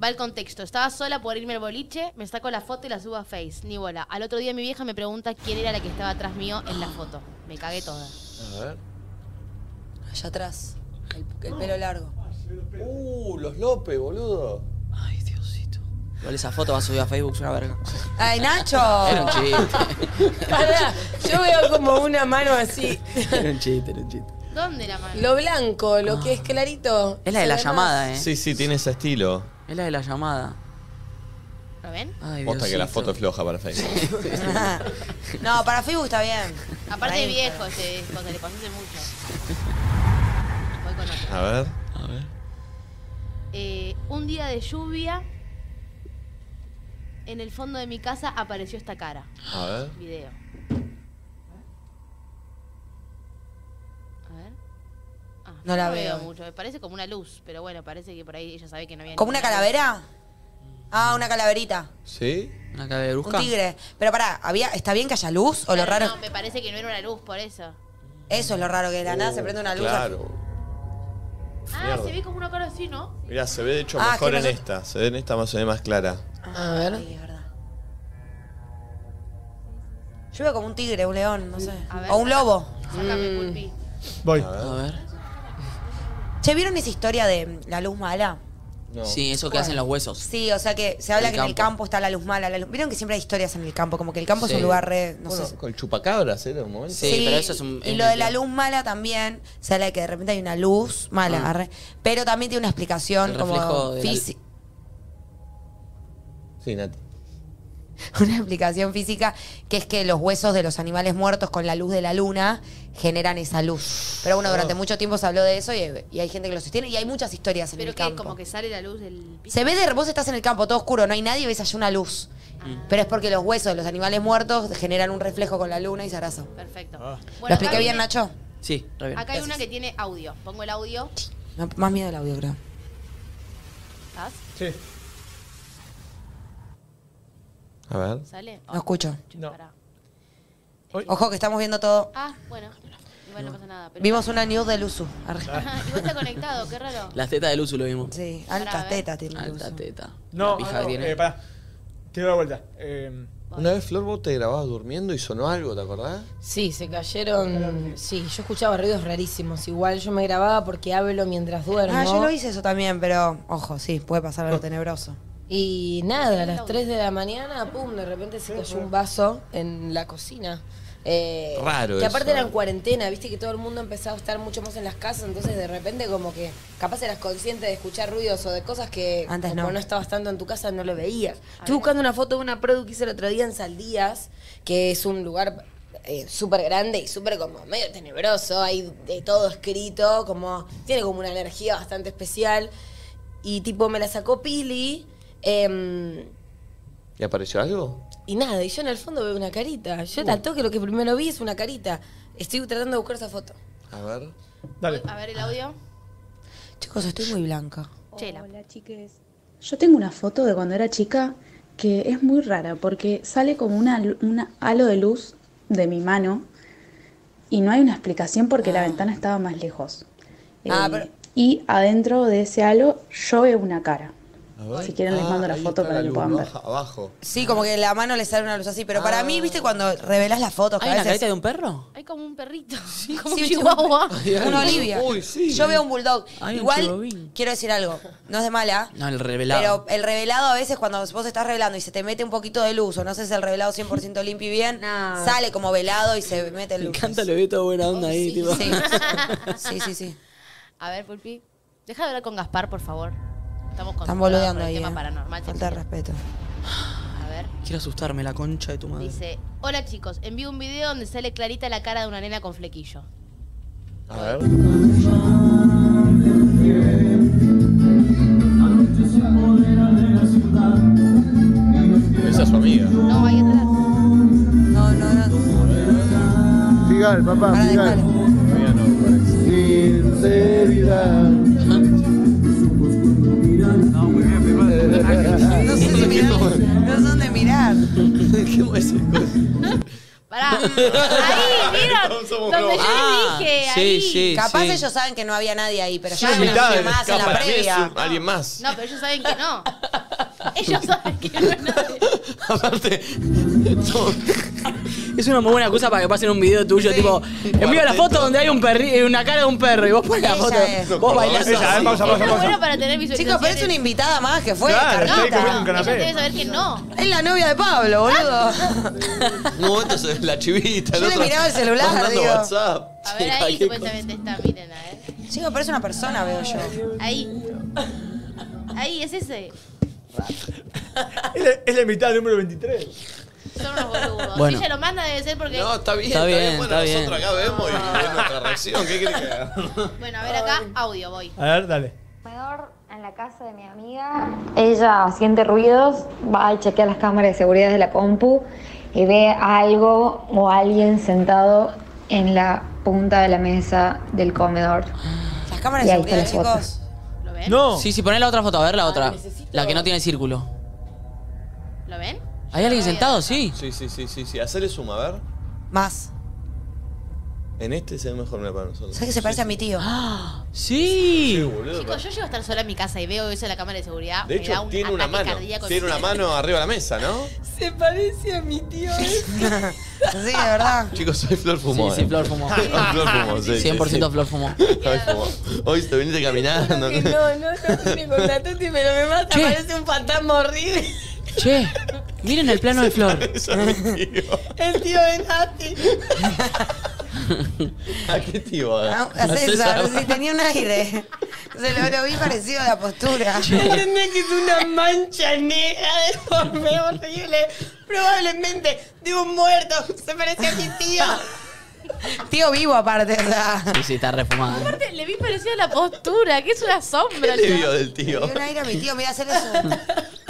Va el contexto. Estaba sola por irme al boliche, me saco la foto y la subo a Face. Ni bola. Al otro día mi vieja me pregunta quién era la que estaba atrás mío en la foto. Me cagué toda.
A ver.
Allá atrás. El, el pelo largo.
Uh, los López, boludo.
Ay, Diosito. Igual esa foto va a subir a Facebook, es una verga.
¡Ay, Nacho!
Era un chiste.
Pará, yo veo como una mano así.
Era un chiste, era un chiste.
¿Dónde la mano?
Lo blanco, lo que es clarito.
Es la de
Se
la
ve
llamada, eh.
Sí, sí, tiene ese estilo.
Es la de la llamada.
¿Lo ven?
Ay,
Posta que la
Diosito.
foto es floja para Facebook.
no, para Facebook está bien.
Aparte de viejo, se, se le conoce mucho. Voy con otro.
A ver.
A ver.
Eh, un día de lluvia, en el fondo de mi casa apareció esta cara.
A ver.
Video. A ver. Ah,
No
yo
la veo.
mucho. Me parece como una luz, pero bueno, parece que por ahí ella sabe que no había.
¿Como una
ninguna luz.
calavera? Ah, una calaverita.
¿Sí?
Una cara de
Un
brusca.
tigre. Pero pará, había, ¿está bien que haya luz? ¿O lo
Claro,
raro
No, me parece que no era una luz, por eso.
Eso es lo raro, que de la nada se prende una luz.
Uh, Claro.
Ah,
Mierda.
se ve como una cara así, ¿no?
Mirá, se ve de hecho
Ah,
mejor
que
en
nosotros-
esta. Se ve en esta más, se ve más clara.
A ver.
Sí, es verdad. Yo veo como un tigre, un león, no sé.
A ver.
O un lobo.
Mm.
Sácame, Pulpi.
Voy.
A ver.
Che, ¿vieron esa historia de mm, la luz mala?
No.
Sí, eso que hacen los huesos.
Sí, o sea que se habla
El
que en el
campo.
campo está la luz mala. la luz- Vieron que siempre hay historias en el campo, como que el campo es
Sí.
un lugar re. No
bueno,
sé.
con el chupacabras era un momento.
Sí, pero eso es un-
Y
es
lo de
mentira.
la luz mala también, se habla de que de repente hay una luz mala,
Ah.
arre, pero también tiene una explicación
El reflejo
como
de la-
física.
Sí, Nati.
Una explicación física que es que los huesos de los animales muertos con la luz de la luna generan esa luz. Pero bueno,
Ah.
Oh.
durante mucho tiempo se habló de eso y, y hay gente que lo sostiene y hay muchas historias en
Pero
el
que
campo.
como que sale la luz del piso.
Se ve de vos estás en el campo, todo oscuro, no hay nadie y ves allá una luz.
Mm.
Pero es porque los huesos de los animales muertos generan un reflejo con la luna y se arrasan.
Perfecto.
¿Lo expliqué
acá
bien,
viene-
Nacho?
Sí, re bien.
Acá hay una que tiene audio. Pongo el audio.
No, más miedo el audio, creo.
¿Estás?
Sí.
A ver.
¿Sale?
No escucho.
No.
Pará.
Ojo que estamos viendo todo.
Ah, bueno. Igual no pasa nada. Ah, Pero... Ah.
Vimos una news de Luzu. Arre.
Ajá, igual está conectado, qué raro.
Las tetas de Luzu lo vimos. Ah,
Sí,
Pará, a
altas
ver.
tetas tiene
Alta
Luzu.
teta.
No,
La pija que
no,
tiene.
eh, pará. Tiro la vuelta. Eh,
Una vez Flor vos te grababas durmiendo y sonó algo, ¿te acordás?
Sí, se cayeron. Sí, yo escuchaba ruidos rarísimos. Igual yo me grababa porque hablo mientras duermo.
Ah, yo lo hice eso también, pero ojo, sí, puede pasar
Oh.
algo tenebroso.
Y nada, a las 3 de la mañana, pum, de repente se cayó un vaso en la cocina. Eh,
Raro eso.
Que aparte eran cuarentena, viste que todo el mundo empezaba a estar mucho más en las casas, entonces de repente como que capaz eras consciente de escuchar ruidos o de cosas que
Antes
como
no.
estabas tanto en tu casa no lo veías. Estuve buscando una foto de una produ que hice el otro día en Saldías, que es un lugar eh, súper grande y súper como medio tenebroso, hay de todo escrito, como tiene como una energía bastante especial. Y tipo, me la sacó Pili. em,
¿Y apareció algo?
y nada, y yo en el fondo veo una carita. Yo la toque, lo que primero vi es una carita. Estoy tratando de buscar esa foto.
A ver.
dale.
A ver el audio.
Chicos, estoy muy blanca.
Chela.
Hola chiques. Yo tengo una foto de cuando era chica que es muy rara porque sale como una, lu- una halo de luz de mi mano y no hay una explicación porque la ventana estaba más lejos.
Ah,
Eh,
pero-
Y adentro de ese halo yo veo una cara.
A ver.
Si quieren
ah,
les mando la
ahí
foto
está
Ah,
para que
luz,
puedan
¿no?
ver.
Abajo.
Sí, como que la mano le sale una luz así, pero para mí, ¿viste cuando revelás las fotos que
Ah. ¿Hay
a
una
veces-
careta de un perro?
Hay como un perrito. como
Sí,
un
viste,
chihuahua.
Ay,
Una
ay.
Olivia.
Uy, sí.
Yo veo un bulldog.
Ay, un
Igual,
chihuahuín.
quiero decir algo. No es de mala.
No, el revelado.
Pero el revelado a veces cuando vos estás revelando y se te mete un poquito de luz, o no sé si el revelado 100% limpio y bien,
No.
sale como velado y se mete el
Me
luz.
encanta, lo vi toda buena onda ahí, tipo.
Sí. sí, sí, sí.
A ver, Pulpi. Deja de hablar con Gaspar, por favor. Estamos con
Están boludeando ahí.
tema
eh.
paranormal.
Falta de
chiquillos.
respeto.
A ver.
Quiero asustarme, la concha de tu madre.
Dice, hola chicos, envío un video donde sale clarita la cara de una nena con flequillo.
A ver. Esa es su amiga.
No, ahí atrás.
No, no, no.
Figal, papá,
Para de
figal.
palo.
Amiga no, parece.
Sinceridad.
No sé si mirar. No son de mirar.
¿Qué es
Pará. Ahí, ¿vieron?
Somos
donde yo
Ah,
les dije,
sí,
ahí.
sí.
Capaz ellos saben que no había nadie ahí, pero
Sí,
ya había
mitad,
una más
capaz,
en la
para mí es
previa.
un- Alguien más.
No, pero ellos saben que no. Ellos saben que no. es nadie.
Aparte, todo- es una muy buena cosa para que pasen un video tuyo, tipo, envío la foto donde hay un perri eh, una cara de un perro y vos pones la
Ella
foto.
es.
Vos bailás
Ella, a ver,
así.
pausa, pausa,
Está bueno
pausa.
para tener
Chicos,
visualizaciones.
pero es una invitada más que fue.
Claro, estoy
Carlita.
comiendo un
Ellos
canapé.
deben saber que no. Ah.
Es la novia de Pablo, boludo.
En un momento se ve la chivita.
Yo le miraba el celular,
mandando
digo.
WhatsApp.
A ver,
Sí,
ahí
cualquier cosa.
supuestamente está, miren, a ver.
Chicos, pero es una persona, veo yo.
Ahí. Ahí, es ese.
Es la, es la invitada número 23.
Son unos boludos.
Bueno.
Si ella lo manda debe ser porque...
No, está bien.
Está
Está bien.
bien,
Bueno,
está bien.
nosotros acá vemos y es nuestra reacción. ¿Qué crees que haga?
Bueno, a ver acá, audio, voy.
A ver, dale.
comedor en la casa de mi amiga. Ella siente ruidos, va y chequea las cámaras de seguridad de la compu y ve algo o alguien sentado en la punta de la mesa del comedor.
Las cámaras de
Y ahí está
seguridad,
la foto.
chicos.
¿Lo ven?
No.
Sí, sí, poné la otra foto, a ver la otra.
necesito-
La que no tiene círculo.
¿Lo ven?
¿Hay alguien sentado? Sí.
Sí, sí, sí, sí, sí. Hacerle suma, a ver.
Más.
En este se ve mejor una para nosotros.
¿Sabes que se parece a mi tío?
Ah. ¡Sí!
boludo.
Chicos, yo llego a estar sola en mi casa y veo eso en la cámara de seguridad.
De
me da
hecho,
un
tiene una
ataque
mano.
cardíaco.
Tiene una mano arriba de la mesa, ¿no?
Se parece a mi tío. ¿eh?
Sí, de verdad.
Chicos, soy Flor Fumó.
Sí, sí,
eh.
Flor fumó.
Flor Fumó, sí, sí,
100%
sí.
Flor fumó.
Hoy fumó. Hoy te viniste caminando.
Que no, no, no tiene contacto, pero me mata,
Che.
parece un fantasma horrible.
Che, miren el plano de Flor.
Eso es mi tío.
El tío de Nati.
¿A qué tío?
A,
va?
a Ah, César, sí, tenía un aire. Se lo, lo vi parecido a la postura.
Entendés que es una mancha negra de forma horrible. Probablemente de un muerto. Se parece a mi tío.
Tío vivo aparte, o sea.
Sí, sí, está refumada.
Aparte, le vi parecido a la postura, que es una sombra.
¿Qué le
yo.
vio del tío?
Le dio un aire a mi tío, mira, hacer eso.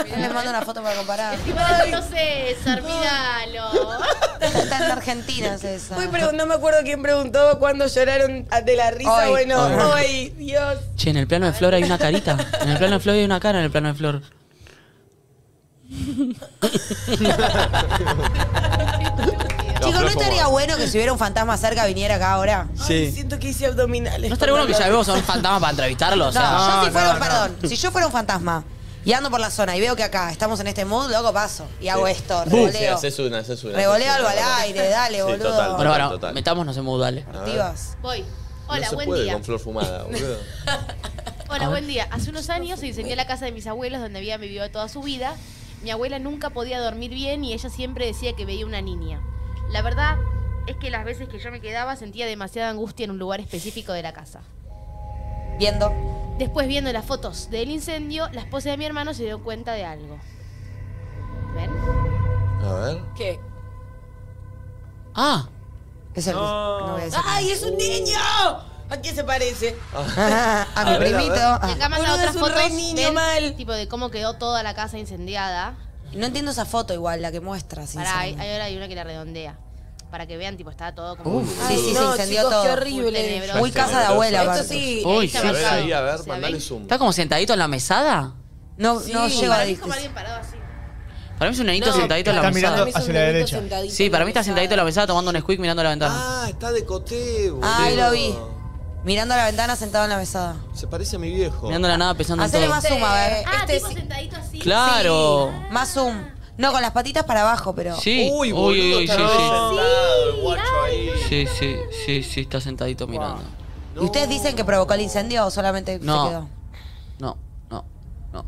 Mirá, les mando una foto para comparar.
No sé, Sarmíralo.
Está en Argentina, César.
Hoy pregun- no me acuerdo quién preguntó cuándo lloraron de la risa.
Hoy.
Bueno,
Hoy.
hoy, Dios.
Che, en el plano de Flor hay una carita. En el plano de Flor hay una cara en el plano de Flor.
Chicos, ¿no
Flor
estaría
Fumó.
bueno que si hubiera un fantasma cerca viniera acá ahora?
Ay, siento que hice abdominales.
¿No estaría bueno que ya vemos a un fantasma para entrevistarlo? O sea,
No, yo si fuera
no,
un,
no.
perdón, si yo fuera un fantasma y ando por la zona y veo que acá estamos en este mood, loco paso y hago esto,
Sí, sí,
revoleo.
haces una, haces una.
Revoleo
haces
algo
una.
al aire, dale,
Sí,
boludo.
total.
Bueno, bueno,
Total.
metámonos en mood, dale.
A ver.
Activas.
Voy. Hola,
no se
buen
puede
día.
con flor fumada, boludo.
Hola, buen día. Hace unos años se incendió la casa de mis abuelos donde había vivido toda su vida. Mi abuela nunca podía dormir bien y ella siempre decía que veía una niña. La verdad es que las veces que yo me quedaba sentía demasiada angustia en un lugar específico de la casa.
Viendo.
Después viendo las fotos del incendio, la esposa de mi hermano se dio cuenta de algo. ¿Ven?
A ver.
¿Qué?
Ah,
Es el no. voy a decir.
¡Ay, es un niño! ¿A quién se parece?
Ah, a mi
A ver, a
primito.
ver.
Y
Ah.
acá manda
Boludo,
otras
es un re
fotos
niño
del-
mal.
tipo de cómo quedó toda la casa incendiada.
No entiendo esa foto igual, la que
Pará,
muestra,
hay,
sinceramente.
hay- ahora hay una que la redondea. Para que vean, tipo, estaba todo como...
Uf, sí,
Ay,
sí,
no,
se incendió
chicos, qué
todo.
horrible.
Tenebroso.
Muy casa de abuela,
Esto
aparte.
sí.
uy,
está
A
sí.
ver, ahí, a ver,
¿Se
mandale
ve?
zoom.
¿Está como sentadito en la mesada?
No,
Sí.
no llego a
Para mí es como
distinción.
alguien parado así.
Para mí es un nenito
No,
sentadito en la
está
mesada.
mirando-
Para mí es un
hacia la
nenito
derecha.
sentadito
Sí,
en
para
la
mí está sentadito en la mesada tomando un squeak mirando a la ventana.
Ah, está de coté, boludo.
Ay, lo vi. Mirando a la ventana sentado en la mesada.
Se parece a mi viejo.
mirando a la nada pensando en
Ah. Hacele
todo.
más zoom, a ver.
Ah,
Este
tipo sentadito así.
Claro.
Más zoom. No, con las patitas para abajo, pero.
Sí.
Uy,
Uy,
boludo,
uy, uy, sí,
está
sí.
sentado el guacho ahí.
Sí, sí, sí, sí, está sentadito mirando.
¿Y ustedes dicen que provocó el incendio o solamente se quedó?
No. No, no, no.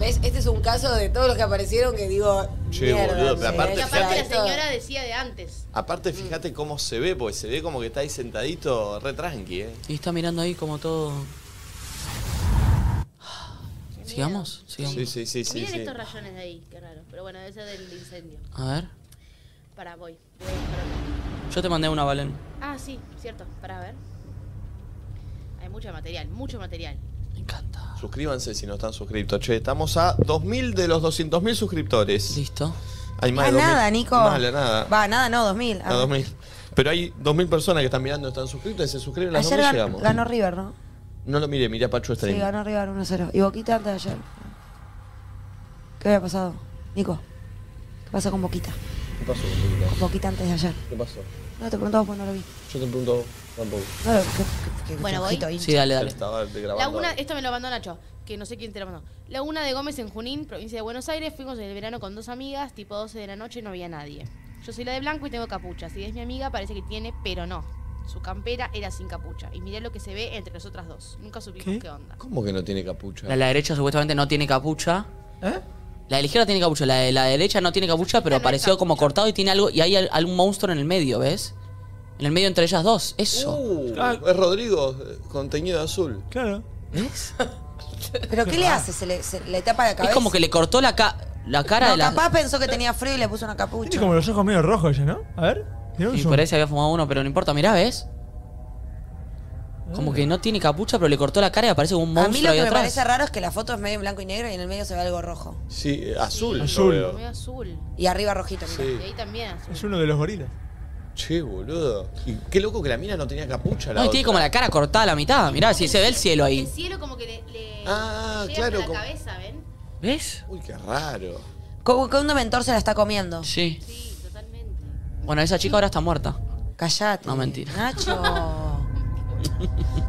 ¿Ves? Este es un caso de todos los que aparecieron que digo.
Che,
mierda,
boludo, pero
¿no?
aparte-
Y
Sí,
aparte la
esto-
señora decía de antes.
Mm.
Aparte, fíjate cómo se ve, porque se ve como que está ahí sentadito, re tranqui, eh.
Y está mirando ahí como todo. ¿Sigamos? Sigamos.
Sí, sí, sí, sí.
Miren
sí.
estos rayones de ahí, qué raro. Pero bueno, debe ser del incendio.
A ver.
Para, voy. Voy a buscar otro.
Yo te mandé una, Valen.
Ah, sí, cierto. Para ver. Hay mucho material, mucho material.
Me encanta.
Suscríbanse si no están suscriptos. Che, estamos a 2.000 de los 200.000 suscriptores.
Listo.
Hay más
Ah,
de 2.000.
nada, Nico.
Más de nada.
Va, nada, no, 2000.
A 2.000. Pero hay 2.000 personas que están mirando, están suscritas y se suscriben, las
Ayer
2.000
gan-
llegamos.
ganó River, ¿no?
No lo miré, miré a Pacho este
Sí,
Stream.
ganó River 1-0. Y Boquita antes de ayer. ¿Qué había pasado? Nico, ¿qué pasó con Boquita?
¿Qué pasó, Nicolás?
Con Boquita antes de ayer.
¿Qué pasó?
No te preguntaba pues no lo vi.
Yo te pregunto tampoco.
No lo vi.
Bueno, voy.
Sí, dale,
Ya
dale.
Estaba grabando.
Laguna, esto me lo mandó Nacho, que no sé quién te lo mandó. Laguna de Gómez en Junín, provincia de Buenos Aires. Fuimos en el verano con dos amigas, tipo 12 de la noche y no había nadie. Yo soy la de blanco y tengo capucha. Si es mi amiga, parece que tiene, pero no. Su campera era sin capucha. Y mirá lo que se ve entre nosotras dos. Nunca supimos qué, onda.
¿Cómo que no tiene capucha?
La de la derecha supuestamente no tiene capucha.
¿Eh?
La de la izquierda tiene capucha, la de la derecha no tiene capucha, pero
no hay
apareció como
capucha.
cortado y tiene algo. Y hay al- algún monstruo en el medio, ¿ves? En el medio entre ellas dos. Eso.
Uh,
Ah.
es Rodrigo, eh, con teñido de azul.
Claro.
Uh, ¿Pero qué le
Ah.
hace? ¿Se le, se le tapa la cabeza?
es como que le cortó la, ca- la cara
No,
de la.
capaz pensó que tenía frío y le puso una
Tiene
capucha.
como los ojos medio rojos ya, ¿no? A ver. mirá un
Y
zoom.
por ahí se había fumado uno, pero no importa, mirá, ¿ves?
Eh.
Como que no tiene capucha, pero le cortó la cara y aparece como un
A mí
monstruo
lo
ahí
que me
atrás.
parece raro es que la foto es medio en blanco y negro y en el medio se ve algo rojo.
Sí, eh, azul. yo
Azul.
veo.
Medio azul.
Y arriba rojito, mira.
Sí.
Y ahí también azul.
Es uno de los gorilas.
Che, boludo. Y qué loco que la mina no tenía capucha. La
No, y tiene
otra.
como la cara cortada a la mitad. Mirá, si se ve el cielo
El
ahí.
cielo como que le, le
Ah,
llega
claro,
hasta la
como-
cabeza, ¿ven?
¿Ves?
Uy, qué raro.
Como que un dementor se la está comiendo.
Sí.
Sí, totalmente.
Bueno, esa chica ahora está muerta.
Callate.
No, mentira.
Nacho.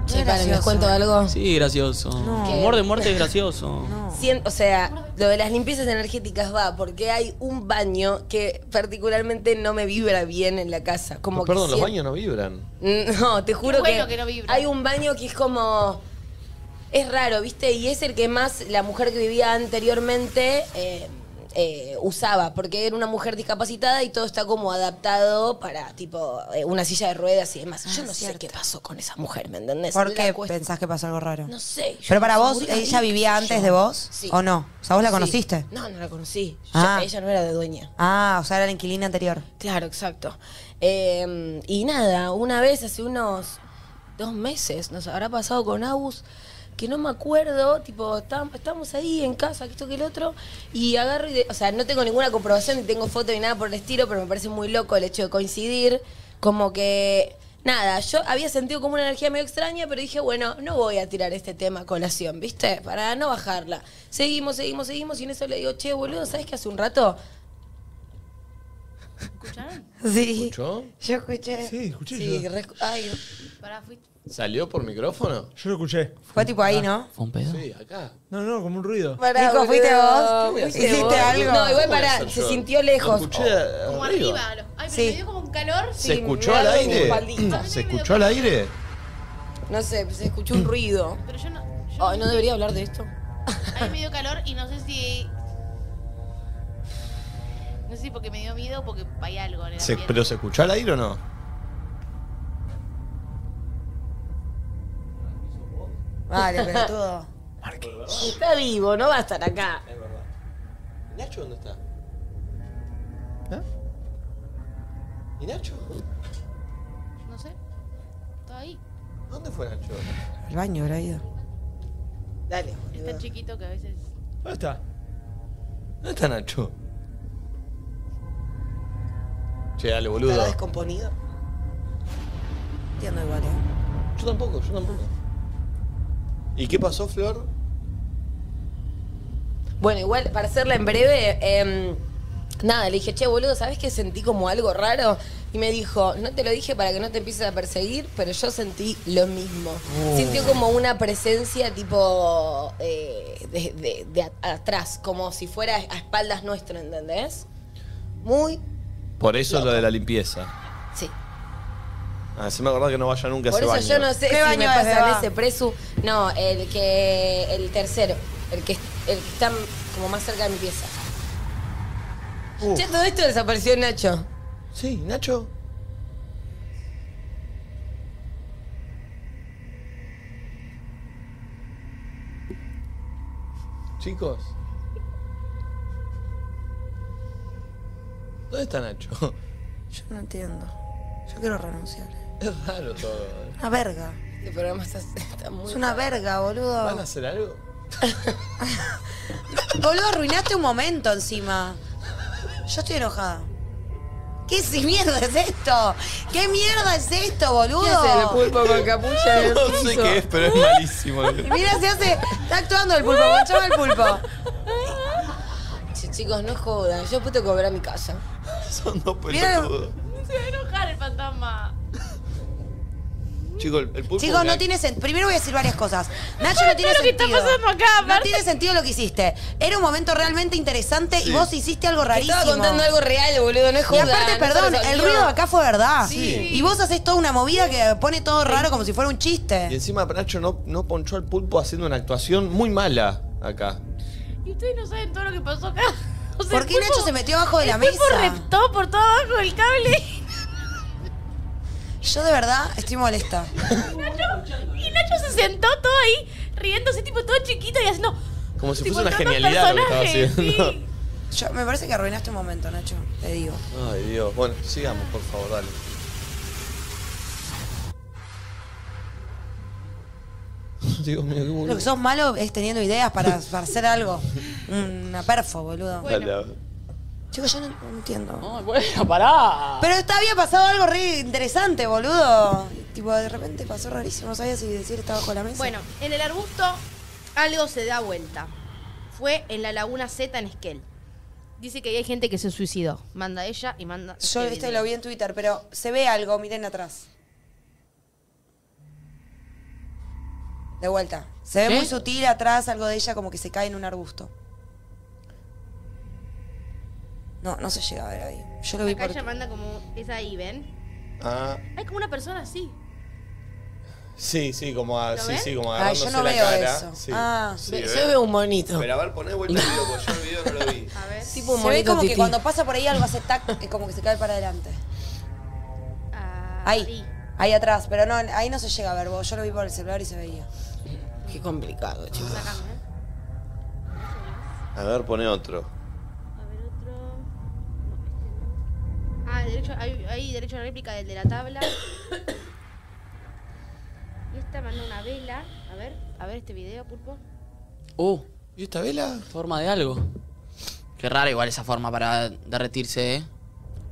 Che, paren, ¿les cuento algo?
Sí, gracioso.
No.
Humor de muerte es gracioso.
Cien- o sea, lo de las limpiezas energéticas va, porque hay un baño que particularmente no me vibra bien en la casa. Como que
Oh, Perdón, los
sien-
baños no vibran.
Mm, No, te juro
bueno
que,
que no vibra.
hay un baño que es como... Es raro, ¿viste? Y es el que más la mujer que vivía anteriormente eh, eh, usaba, porque era una mujer discapacitada y todo está como adaptado para, tipo, eh, una silla de ruedas y demás.
Ah,
Yo no sé qué pasó con esa mujer, ¿me entendés?
¿Por
La
qué
cuest-
pensás que pasó algo raro?
No sé. yo
Pero para
no sé,
vos,
murió
¿ella
ahí,
vivía
yo-
antes de vos?
Sí.
¿O no? O sea, ¿vos la
Sí.
conociste?
No, no la conocí. Yo-
Ah.
ella no era de dueña.
Ah, o sea, era la inquilina anterior.
Claro, exacto. Eh, y nada, una vez hace unos dos meses nos habrá pasado con Abus que no me acuerdo, tipo, estábam- estábamos ahí en casa, que esto que el otro, y agarro y, de- o sea, no tengo ninguna comprobación, ni tengo foto ni nada por el estilo, pero me parece muy loco el hecho de coincidir, como que, nada, yo había sentido como una energía medio extraña, pero dije, bueno, no voy a tirar este tema a colación, ¿viste? Para no bajarla. Seguimos, seguimos, seguimos, y en eso le digo, che, boludo, ¿sabes que hace un rato
Sí.
¿Escuchó?
Yo escuché.
Sí, escuché
Sí,
yo.
re- ay,
Pará, fuiste.
¿Salió por micrófono?
Yo lo escuché. Ah.
Fue tipo ahí, ¿no?
¿Fue un pedo?
Sí, acá.
No, no, como un ruido.
pará,
Nico,
boludo.
¿fuiste vos?
Fuiste
¿Hiciste
vos.
algo?
No, igual
¿Cómo voy a
pará,
hacer
se
yo?
sintió
Lo
lejos.
escuché a-
Como
arriba.
arriba. los- Ay, pero
Sí.
me dio como un calor.
¿Se escuchó
me
al
da
aire?
como espaldita.
¿Se escuchó al aire?
No sé, se escuchó un ruido.
Pero yo no. yo
Ay, no debería hablar de esto.
A mí me dio calor y no sé si. No sé si porque me dio miedo o porque hay algo en el
Se-
ambiente.
¿Pero se escuchó al aire o no?
Vale, pero todo.
Está vivo, no va a estar acá.
Es verdad. ¿Nacho dónde está? ¿Y Nacho?
No sé. Está ahí.
¿Dónde fue Nacho?
Al baño habrá ido.
Dale.
Es tan chiquito que a veces.
¿Dónde está?
¿Dónde está Nacho? Che, dale,
¿Estará
boludo.
descomponido?
Entiendo igual, ¿eh?
Yo tampoco, yo tampoco. ¿Y qué pasó, Flor?
Bueno, igual, para hacerla en breve, em, nada, le dije, che, boludo, ¿sabes que sentí como algo raro? Y me dijo, no te lo dije para que no te empieces a perseguir, pero yo sentí lo mismo.
Uh. Oh.
Sintió como una presencia tipo eh, de, de- de at- atrás, como si fuera a espaldas nuestro, ¿entendés? Muy,
Por eso lo de la limpieza.
sí.
Ah, se me acordaba que no vaya nunca a
Por
ese
eso
baño.
yo no sé
¿Qué
si
baño
me
es,
pasa en
Eva?
ese presu. No, el que, el tercero, el que, el que está como más cerca de mi pieza.
Uh.
Che, todo esto desapareció Nacho.
Sí, Nacho. Chicos. ¿Dónde está Nacho?
Yo no entiendo. Yo quiero renunciar.
Es raro todo. ¿eh?
Una verga.
Este programa está, está muy.
Es una verga, boludo.
¿Van a hacer algo?
Boludo, arruinaste un momento encima. Yo estoy enojada. ¿Qué si mierda es esto? ¿Qué mierda es esto,
el
boludo?
pulpo con capucha del
No sé
piso?
qué es, pero es malísimo.
Y mira, se hace. Está actuando el pulpo, guachaba el pulpo.
Che, chicos, no jodan. Yo puedo cobrar mi casa.
Son dos
Mira.
pelotudos.
Se va a enojar el fantasma.
Chicos, el, el pulpo.
Chicos, no
que-
tiene sentido. Primero voy a decir varias cosas. Nacho no tiene
lo que está
sentido.
pasando acá,
no
aparte.
tiene sentido lo que hiciste. Era un momento realmente interesante y vos hiciste algo rarísimo.
Estaba contando algo real, boludo. No
Y
jodan.
aparte,
no
perdón,
se
el
resolvió.
ruido acá fue verdad.
Sí.
Y vos haces toda una movida que pone todo raro como si fuera un
Y
chiste.
encima Nacho no, no ponchó al pulpo haciendo una actuación muy mala acá.
Y ustedes no saben todo lo que pasó acá. O sea,
¿Por qué
el pulpo-
Nacho se metió abajo de la
el pulpo
mesa?
reptó por todo abajo del cable.
Yo de verdad estoy molesta.
Nacho- y Nacho se sentó todo ahí, riéndose, tipo todo chiquito y haciendo.
Como si
tipo,
fuese una
entrando en
genialidad lo que
personaje,
estaba haciendo.
sí.
Yo, me parece que arruinaste un momento, Nacho, te digo.
Ay, Dios. Bueno, sigamos, por favor, dale. Dios mío, qué
Lo
boludo.
que sos malo es teniendo ideas para, para hacer algo. Una perfo, boludo.
Dale.
Chicos, yo no, no entiendo.
Ay, bueno, pará.
Pero está, había pasado algo re interesante, boludo. Tipo, de repente pasó rarísimo. No sabía si decir estaba bajo la mesa.
Bueno, en el arbusto algo se da vuelta. Fue en la laguna Z en Esquel. Dice que ahí hay gente que se suicidó. Manda ella y manda.
Yo
este
esto
video.
lo vi en Twitter, pero se ve algo, miren atrás. De vuelta. Se ve
¿Sí?
muy sutil atrás algo de ella como que se cae en un arbusto. No, no se llega a ver ahí. Yo lo vi
Acá
por
ella manda como. Es ahí, ¿ven?
Ah,
Hay como una persona así.
sí, sí, como, a-
¿Lo
sí,
ves?
sí, como
Ah, yo
agarrándose
no
la
veo
cara.
eso.
Sí.
Ah.
Sí,
Yo
¿ves?
veo un monito.
Pero a ver, poné de vuelta el video, porque yo el video no lo vi.
A ver.
Tipo un
Se ve
monito
como que
tití.
cuando pasa por ahí algo hace tac, y como que se cae para adelante.
Ah,
Ahí, ahí atrás, pero no, ahí no se llega a ver vos. Yo lo vi por el celular y se veía.
Qué complicado, chicos.
Sacame, ¿eh?
A ver, poné otro.
A ver otro. No, este no. Ah, derecho, hay, hay derecho a la réplica del de la tabla. y esta mandó una vela. A ver, a ver este video, pulpo.
Uh,
¿Y esta vela?
forma de algo. Qué rara igual esa forma para derretirse, ¿eh?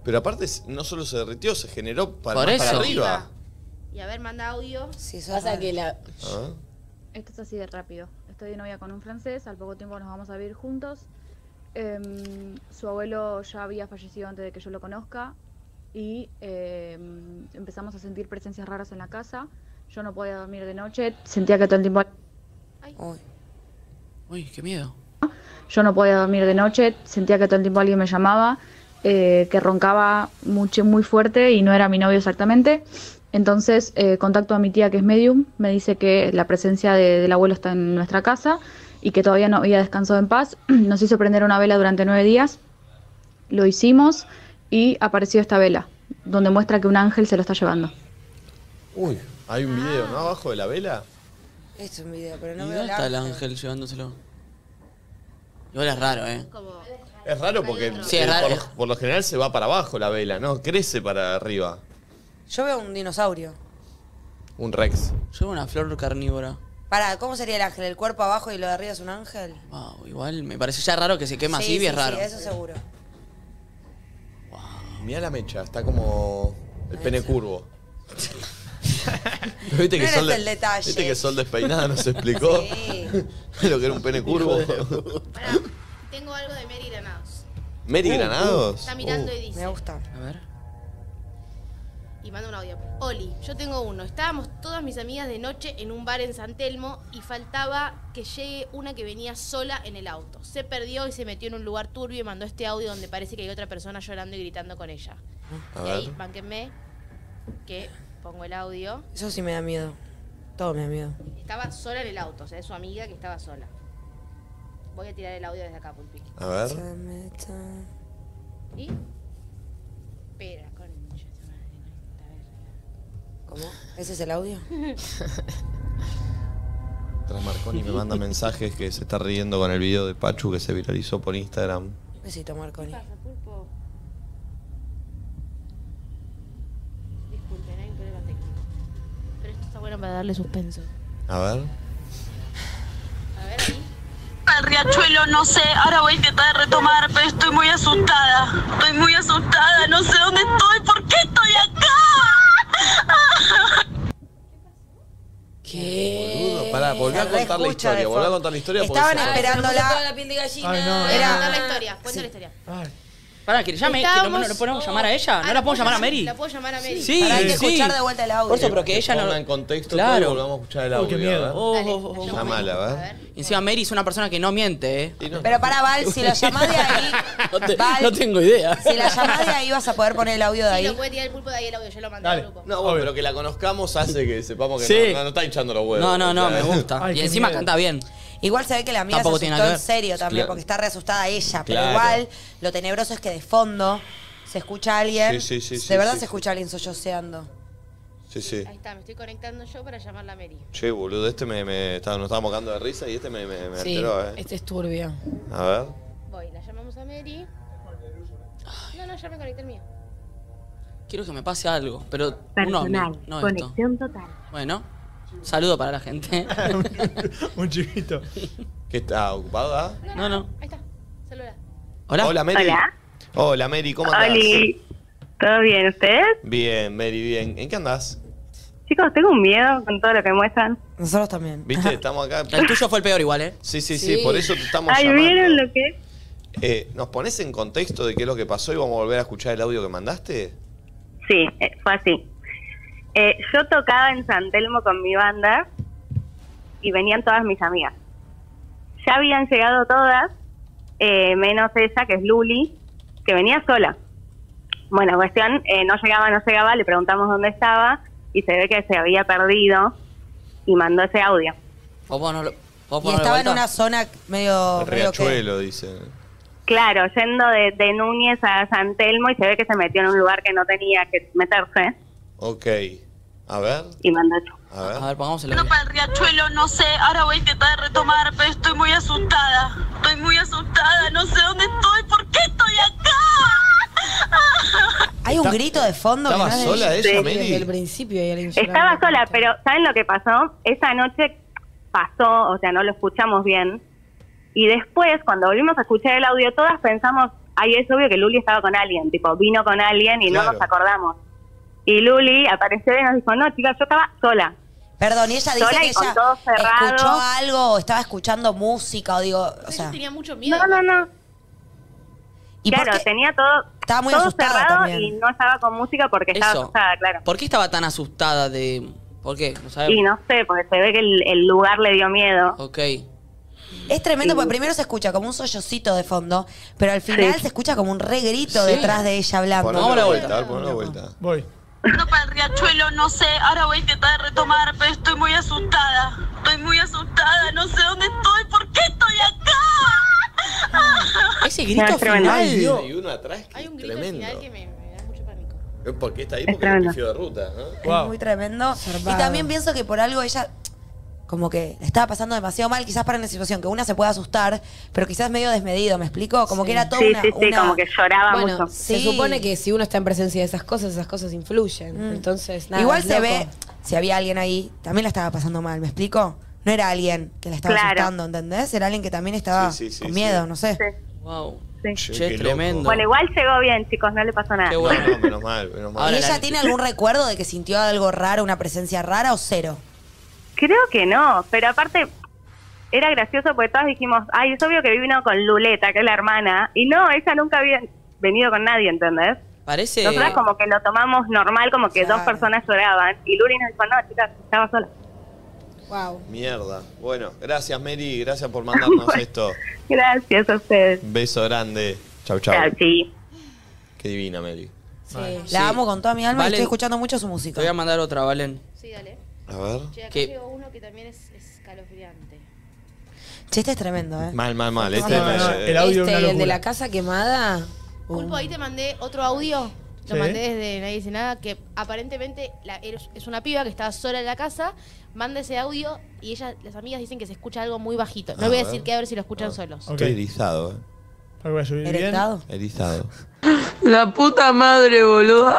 Pero aparte, no solo se derritió, se generó para,
Por
más para
eso.
arriba.
Y a ver, manda audio.
Sí, eso es
Pasa
raro.
que la.
Ah.
Esto es así de rápido. Estoy de novia con un francés, al poco tiempo nos vamos a vivir juntos. Em, su abuelo ya había fallecido antes de que yo lo conozca y em, empezamos a sentir presencias raras en la casa. Yo no podía dormir de noche, sentía que todo el tiempo...
Uy.
Uy, qué miedo.
Yo no podía dormir de noche, sentía que todo el tiempo alguien me llamaba, eh, que roncaba mucho, muy fuerte y no era mi novio exactamente. Entonces eh, contacto a mi tía que es medium, me dice que la presencia de- del abuelo está en nuestra casa y que todavía no había descansado en paz. Nos hizo prender una vela durante nueve días, lo hicimos y apareció esta vela, donde muestra que un ángel se lo está llevando.
Uy, hay un video, ¿no? Abajo de la vela.
Esto Ah. es un
¿eh?
video, pero
¿Y
no
dónde
veo
está el ángel llevándoselo? Igual es raro, ¿eh?
Como.
Es raro porque
Sí, es
eh,
raro.
Por, lo, por lo general se va para abajo la vela, ¿no? Crece para arriba.
Yo veo un dinosaurio.
Un Rex.
Lleva una flor carnívora.
Pará, ¿cómo sería el ángel? ¿El cuerpo abajo y lo de arriba es un ángel?
Wow, igual me parece ya raro que se quema así,
sí,
bien raro.
Sí, eso seguro.
Mirá la mecha, está como el pene curvo. Pero Viste
No era
de-
el detalle.
Viste que Sol despeinada nos explicó
Sí.
lo que era un pene curvo.
Pará, tengo algo de Mary Granados.
Uh,
Mary Granados.
Está mirando
Uh.
y dice.
Me gusta.
A ver.
Y manda un audio. Oli, yo tengo uno. Estábamos todas mis amigas de noche en un bar en San Telmo y faltaba que llegue una que venía sola en el auto. Se perdió y se metió en un lugar turbio y mandó este audio donde parece que hay otra persona llorando y gritando con ella.
A
y
ver.
ahí, banquenme, que pongo el audio.
Eso sí me da miedo. Todo me da miedo.
Estaba sola en el auto, o sea, es su amiga que estaba sola. Voy a tirar el audio desde acá, Pulpi.
A ver.
Se me tra-
¿Y? Espera, con
¿Cómo? ¿Ese es el audio?
Tras Marconi me manda mensajes que se está riendo con el video de Pachu que se viralizó por Instagram.
Besito, Marconi.
Pulpo? Disculpen, hay un problema técnico. Pero esto está bueno para darle suspenso.
A ver.
A ver ahí.
Al riachuelo, no sé, ahora voy a intentar retomar, pero estoy muy asustada. Estoy muy asustada, no sé dónde estoy, ¿por qué estoy acá?
¿Qué?
Boludo, pará, volví a
Eh, Se
contar la
reescucha de
historia, volví a
fondo.
contar la historia porque
Estaban
se-
Ay, se me puso
Esperándola.
toda la piel de gallina.
Ay, no,
Voy a
Era-
contar la historia, cuento la historia.
Ay,
Pará, que llame, que no,
Estábamos-
no- no podemos llamar a ella, no la podemos llamar a Mary.
Ah, La puedo llamar a Mary.
Sí,
Pará, hay que
sí.
escuchar de vuelta Ah, el audio.
Por eso, pero que ella no.
ponga en contexto todo y
claro.
volvamos a escuchar el
Oh,
audio.
qué miedo.
¿verdad?
Oh,
Dale, la
oh, oh,
llamo.
oh.
Llamala, a ver.
Encima Mary es una persona que no miente, ¿eh?
Y no-
Pero para Val, si lo llamás de ahí.
No, te-
Val,
no tengo idea.
Si la llamás de ahí, vas a poder poner el audio de
Sí, lo
ahí.
puede tirar el pulpo de ahí el audio, yo lo mandé
Dale.
al grupo.
No, bueno, pero que la conozcamos hace que sepamos que
Sí.
no, no, no está hinchando los huevos.
No, no, no,
O sea,
me gusta.
Ay,
y
qué
encima
miedo.
canta bien.
Igual se ve que la amiga
Tampoco
se
tiene
asustó
nada
en
que ver.
serio también,
Claro.
porque está re asustada ella. Pero
Claro.
igual, lo tenebroso es que de fondo se escucha a alguien.
Sí, sí, sí,
de
sí,
verdad
sí,
se
sí.
escucha a alguien solloceando.
Sí, sí.
Ahí está, me estoy conectando yo para llamarla a Mary.
Che, boludo, este me, me estaba, nos estábamos cagando de risa y este me, me, me
Sí,
alteró, eh.
este es turbio.
A ver.
Voy, la llamamos a Mary. No, no, ya me conecté el mío.
Quiero que me pase algo, pero un ovni, no esto.
total.
Bueno, saludo para la gente.
un chiquito.
¿Qué está ocupada?
No, no.
Ahí está, celular.
Hola.
Hola, Mary.
Hola.
Hola, Mary, ¿cómo andás?
¿Todo bien ustedes?
Bien, Mary, bien. ¿En qué andás?
Chicos, tengo un miedo con todo lo que muestran.
Nosotros también.
¿Viste? Estamos acá.
El tuyo fue el peor igual, ¿eh?
Sí, sí, sí, por eso te estamos
Ay,
llamando.
¿vieron lo que es?
Eh, ¿Nos pones en contexto de qué es lo que pasó y vamos a volver a escuchar el audio que mandaste?
Sí, eh, fue así. Eh, yo tocaba en San Telmo con mi banda y venían todas mis amigas. Ya habían llegado todas, eh, menos ella, que es Luli, que venía sola. Bueno, cuestión, eh, no llegaba, no llegaba, le preguntamos dónde estaba y se ve que se había perdido y mandó ese audio.
¿Vos ponerlo- vos
Y
ponerlo
estaba
de
en
vuelta?
una zona medio. medio que-
Riachuelo, dice.
Claro, yendo de, de Núñez a San Telmo y se ve que se metió en un lugar que no tenía que meterse
Ok. A ver,
y mandó eso.
a ver.
A ver, pongamos el
Para el riachuelo, no sé, ahora voy a intentar retomar, pero estoy muy asustada. Estoy muy asustada, no sé dónde estoy, ¿por qué estoy acá?
Hay un grito de fondo. que
¿Estaba
no es de-
sola ella,
Sí.
Meli?
Desde el principio hay alguien llorando.
Estaba sola, pero ¿saben lo que pasó? Esa noche pasó, o sea, no lo escuchamos bien. Y después, cuando volvimos a escuchar el audio, todas pensamos, ay, es obvio que Luli estaba con alguien, tipo, vino con alguien y
Claro.
no nos acordamos. Y Luli apareció y nos dijo, no, chicas, yo estaba sola.
Perdón, y ella dice
Sola
que
y con
ella
todo cerrado.
escuchó algo o estaba escuchando música o digo, o sea,
tenía mucho miedo.
No, no, no.
¿Y por
claro,
qué?
tenía todo,
Estaba muy
todo
asustada
cerrado
también.
y no estaba con música porque estaba
Eso.
asustada, claro.
¿Por qué estaba tan asustada de...? ¿Por qué? No sabemos.
Y no sé, porque se ve que el, el lugar le dio miedo.
Ok.
es tremendo
Sí.
porque primero se escucha como un sollocito de fondo, pero al final
Sí.
se escucha como un regrito
Sí.
detrás de ella hablando.
Ponelo de vuelta, a ver, ponelo de vuelta.
Voy.
Para el riachuelo, no sé, ahora voy a intentar retomar, pero estoy muy asustada. Estoy muy asustada, no sé dónde estoy, ¿por qué estoy acá?
Ese grito
No, es tremendo.
final.
Ay, y uno atrás, que
Hay un grito
tremendo.
al final que me, me da mucho pánico.
Es Porque está ahí
Es
porque es
tremendo.
pifió de ruta, ¿no?
Wow.
Es muy tremendo.
Zarpado.
Y también pienso que por algo ella como que la estaba pasando demasiado mal, quizás para una situación que una se puede asustar, pero quizás medio desmedido, ¿me explico? Como que era toda
Sí,
una,
sí, sí,
una-
como que lloraba
Bueno,
mucho.
se
Sí.
supone que si uno está en presencia de esas cosas, esas cosas influyen.
Mm.
Entonces, nada.
Igual
es
se
loco.
ve, si había alguien ahí, también la estaba pasando mal, ¿me explico? No era alguien que la estaba
Claro.
asustando, ¿entendés? Era alguien que también estaba
Sí, sí, sí,
con
sí.
miedo, no sé.
Sí,
Wow.
sí.
Che,
Che,
qué
tremendo.
loco.
Bueno, igual llegó bien, chicos, no le pasó nada.
Qué
No,
bueno.
no, menos mal, menos mal.
Ahora
¿Y ella
la-
tiene algún recuerdo de que sintió algo raro, una presencia rara o cero?
Creo que no, pero aparte era gracioso porque todas dijimos, ay, es obvio que vino con Luleta, que es la hermana, y no, ella nunca había venido con nadie, ¿entendés?
Parece...
Nosotras como que lo tomamos normal, como que
Claro.
dos personas lloraban, y Luli nos dijo, no, chicas, estaba sola.
Wow.
Mierda. Bueno, gracias, Meli. Gracias por mandarnos esto.
Gracias a ustedes.
Beso grande. Chau, chau.
Chau, sí.
Qué divina, Meli.
Sí.
Eh, La
Sí.
amo con toda mi alma
Valen-
y estoy escuchando mucho su música.
Te voy a mandar otra, Valen.
Sí, dale.
A ver.
Che, acá
¿Qué?
llegó uno que también es es escalofriante.
Che, este es tremendo, ¿eh?
Mal, mal, mal. Este
No, no, no,
eh,
el audio
este,
es una
y el
locura.
de la casa quemada.
Oh.
uh,
Pulpo, ahí te mandé otro audio. Lo
Sí.
mandé desde Nadie Dice Nada, que aparentemente la- es es una piba que estaba sola en la casa, manda ese audio y ella, las amigas dicen que se escucha algo muy bajito. No
A
voy a
ver.
decir qué, a ver si lo escuchan
Ah.
solos.
Ok.
Estoy erizado, eh.
Ahora voy a subir bien.
Erectado.
Erizado.
La puta madre, boludo.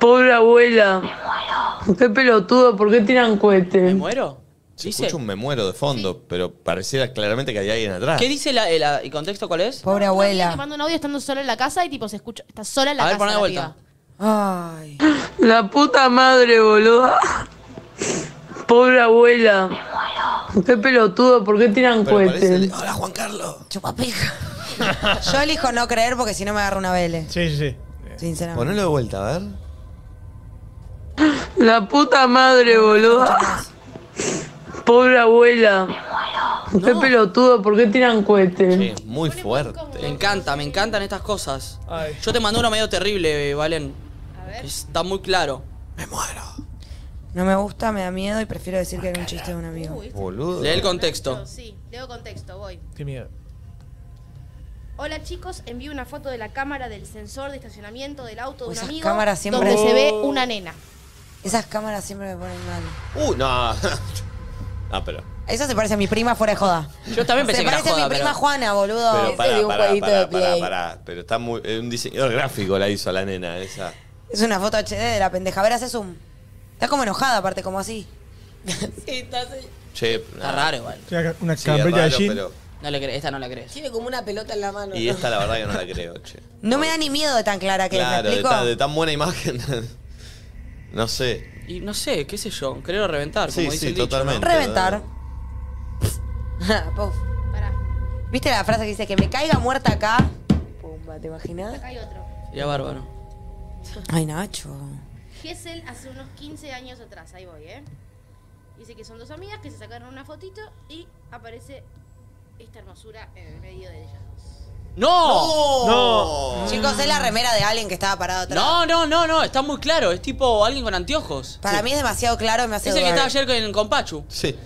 Pobre abuela. Qué pelotudo, ¿por qué tiran
¿Me
cohetes?
muero?
Se
Dice-
escucha un me muero de fondo, pero pareciera claramente que hay alguien atrás.
¿Qué dice
eh,
la, la- ¿El contexto cuál es?
Pobre
Te
abuela.
manda un audio estando sola en la casa y tipo se escucha, está sola en la
A ver,
casa.
poné de
la
vuelta.
piba.
Ay.
La puta madre, boludo. Pobre abuela. Qué pelotudo, ¿por qué tiran
Pero parece
cohetes?
el- Hola, Juan Carlos.
Chupapija. Yo elijo no creer porque si no me agarro una vele,
Sí, sí, sí.
sinceramente.
Ponelo de vuelta, a ver.
La puta madre, boludo. Pobre abuela. Qué pelotudo, ¿por qué tiran cohetes?
Che, es muy fuerte.
Me encanta, me encantan estas cosas.
Ay.
Yo te mandé uno medio terrible, eh, Valen.
A ver.
Está muy claro.
Me muero.
No me gusta, me da miedo y prefiero decir que era un chiste de un amigo.
Uy, este
Boludo.
Lee el contexto.
Sí, leo contexto, voy.
Qué miedo.
Hola chicos, envío una foto de la cámara del sensor de estacionamiento del auto de
Uy,
un
esas
amigo
cámaras siempre-
donde se
Oh.
ve una nena.
Esas cámaras siempre me ponen mal.
Uh, no. Ah, pero.
Esa se parece a mi prima fuera de joda.
Yo también pensé
se
que era
parece a
joda,
mi prima
pero-
Juana, boludo.
Pero
de
pará,
un
pará,
jueguito
pará,
de
pará,
Play.
pará. Pero está muy. eh, Un diseñador gráfico la hizo a la nena esa.
Es una foto HD de la pendeja. A ver, haces un. Está como enojada, aparte, como así.
Che,
Está
nah.
raro igual.
Estoy acá- Una
Sí, es
camperilla de
raro,
jean.
pero-
No le crees, esta no la crees.
Tiene como una pelota en la mano.
Y esta la verdad que no la creo, che.
No me da ni miedo de tan clara que es,
Claro,
¿me
de
explico?
tan, de tan buena imagen. no sé.
Y no sé, qué sé yo, creo reventar,
Sí,
como dice
sí,
el dicho, ¿no?
totalmente.
Reventar. Puf.
Pará.
¿Viste la frase que dice que me caiga muerta acá? Pumba, ¿te imaginas?
Hay otro.
Sería bárbaro.
Ay, Nacho.
Gessel hace unos 15 años atrás, ahí voy, ¿eh? Dice que son dos amigas que se sacaron una fotito y aparece esta hermosura en el medio de ellas dos.
¡No!
¡No! Chicos, es la remera de alguien que estaba parado atrás.
No, no, no, no, está muy claro. Es tipo alguien con anteojos.
Para mí es demasiado claro y me
Es
hace
el que
dudar.
estaba ayer con, con Pachu.
Sí,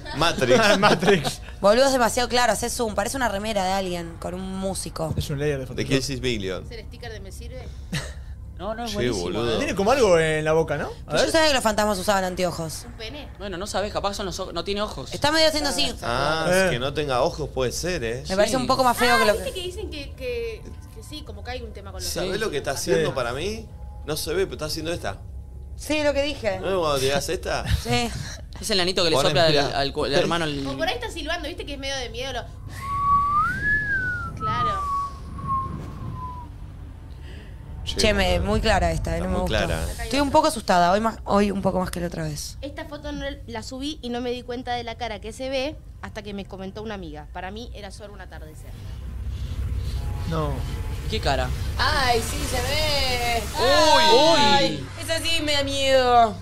Matrix.
Matrix.
Boludo, es demasiado claro, hace zoom. Parece una remera de alguien con un músico.
Es un layer de foto.
¿De qué decís Billion?
¿Es el sticker de me sirve?
No, no
es Che, buenísimo, boludo. ¿eh?
Tiene como algo en la boca, ¿no? A
Pero yo
ver.
sabía que los fantasmas usaban anteojos.
Bueno, no sabes, capaz son los ojos. No tiene ojos.
Está medio haciendo así.
Ah,
Eh.
es que no tenga ojos puede ser, ¿eh?
Me parece un poco más feo que
Ah,
lo
viste
que.
que dicen que, que, que sí, como que hay un tema con los
¿Sabés lo que está haciendo para mí? No se ve, pero está haciendo esta.
Sí, lo que dije.
¿No es cuando te das esta?
Sí.
Es el nanito que le
Ponen
sopla al,
plata.
al cu- al hermano. el-
O por ahí está silbando, viste que es medio de miedo. Lo... Claro.
Che, me, muy clara esta, eh, no
Está
me
muy
gustó.
clara.
Estoy un poco asustada, hoy, más, hoy un poco más que la otra vez.
Esta foto no la subí y no me di cuenta de la cara que se ve hasta que me comentó una amiga. Para mí era solo un atardecer.
No.
¿Qué cara?
Ay, sí, se ve.
Uy.
Ay, Esa sí me da miedo.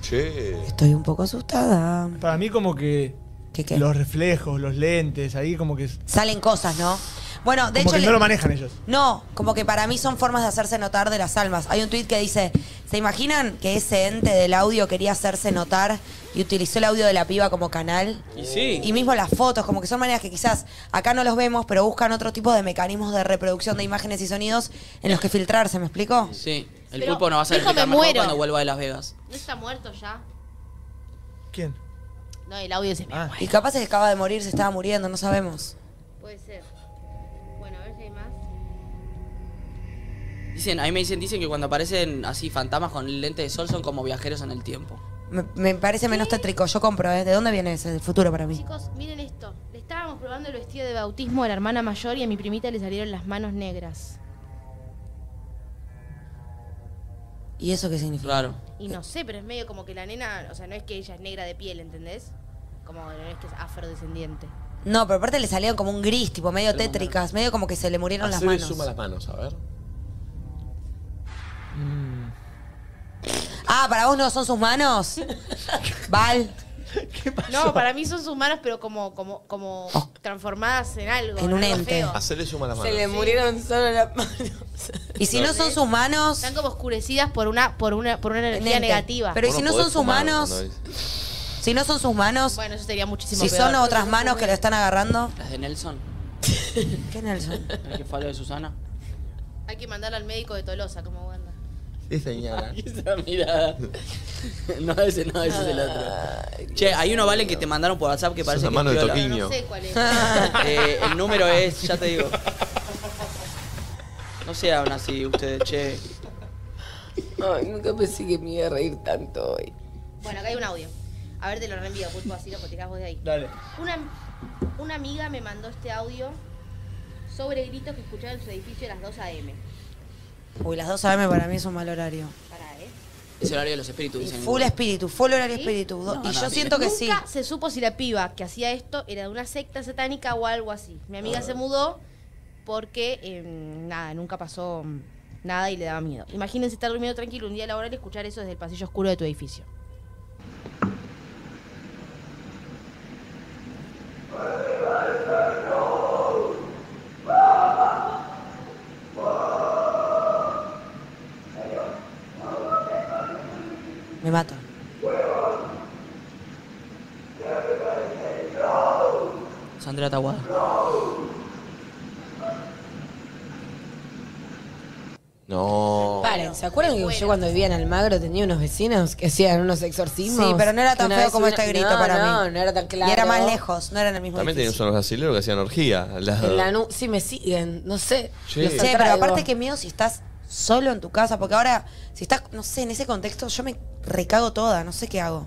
Che.
Estoy un poco asustada.
Para mí como que
qué?
los reflejos, los lentes, ahí como que...
Salen cosas, ¿no? Bueno, de
como
hecho.
que
le-
no lo manejan ellos.
No, como que para mí son formas de hacerse notar de las almas. Hay un tuit que dice, ¿se imaginan que ese ente del audio quería hacerse notar y utilizó el audio de la piba como canal?
Y sí.
Y mismo las fotos, como que son maneras que quizás acá no los vemos, pero buscan otro tipo de mecanismos de reproducción de imágenes y sonidos en los que filtrarse, ¿me explico?
Sí, el
Pero,
pulpo no va a saber
hijo, me
explicar mejor
muero.
cuando vuelva de Las Vegas.
¿No está muerto ya?
¿Quién?
No, el audio se me
Ah.
Y capaz es que acaba de morir, se estaba muriendo, no sabemos.
Puede ser. Bueno, a ver si hay más.
Dicen, ahí me dicen, dicen que cuando aparecen así fantasmas con lente de sol son como viajeros en el tiempo.
Me, me parece menos tétrico, yo compro, ¿eh? ¿De dónde viene ese del futuro para mí?
Chicos, miren esto. Le estábamos probando el vestido de bautismo a la hermana mayor y a mi primita le salieron las manos negras.
¿Y eso qué significa?
Claro.
Y no sé, pero es medio como que la nena, o sea, no es que ella es negra de piel, ¿entendés? Como no es que es afrodescendiente.
No, pero aparte le salieron como un gris, tipo medio tétricas, medio como que se le murieron las
Haceme
manos.
suma las manos, a ver.
Ah, para vos no son sus manos. Val,
No, para mí son sus manos, pero como, como, como transformadas en algo.
Oh. En un
algo
ente.
feo.
Hacele suma las
Se
manos.
le murieron solo las manos.
y si no son sus manos.
Están como oscurecidas por una, por una, por una energía
Ente.
negativa.
Pero ¿y
Vos
si no
podés
son sus
fumar
manos?
cuando dices-
Si no son sus manos,
bueno, eso sería muchísimo
si
peor.
son otras manos que lo están agarrando.
Las de Nelson,
¿Qué Nelson?
el que fue a lo de Susana.
Hay que mandarlo al médico de Tolosa, como Wanda.
Sí, señora.
Esa mirada. No, ese no, ese es el otro. Che, hay uno vale que te mandaron por WhatsApp que
Esa es
parece
la mano
que
de
es piola.
Toquín. Niño.
No sé cuál es.
Eh, el número es, ya te digo. No se hablan así ustedes, che.
Ay, nunca pensé que me iba a reír tanto hoy.
Bueno, acá hay un audio. A ver, te lo reenvío, pulpo, así lo tirás vos de ahí.
Dale.
Una, una amiga me mandó este audio sobre gritos que escuchaba en su edificio a las 2 a.m.
Uy, las 2 AM para mí es un mal horario.
Pará, ¿eh?
Es el horario de los espíritus, dicen.
Full espíritu, full horario
¿Sí?
espíritu. Do-
No,
y
no,
yo
ni-
siento que sí.
Nunca se supo si la piba que hacía esto era de una secta satánica o algo así. Mi
Ah.
amiga se mudó porque eh, nada, nunca pasó mm, nada y le daba miedo. Imagínense estar durmiendo tranquilo un día laboral y escuchar eso desde el pasillo oscuro de tu edificio.
Me mato.
Sandra Taguada.
No.
Paren, ¿se acuerdan que yo cuando vivía en Almagro tenía unos vecinos que hacían unos exorcismos?
Sí, pero no era
Que
tan
una
feo
vez
como
una-
este grito
No,
para
no,
mí.
No, era tan claro.
Y era más lejos, no era en el mismo
También tenías
edificio.
unos brasileños que hacían orgía. al lado.
En Lanús, sí, me siguen, no sé.
Che.
los
Che,
Che, pero
atraigo.
aparte que miedo si estás solo en tu casa, porque ahora, si estás, no sé, en ese contexto, yo me recago toda, no sé qué hago.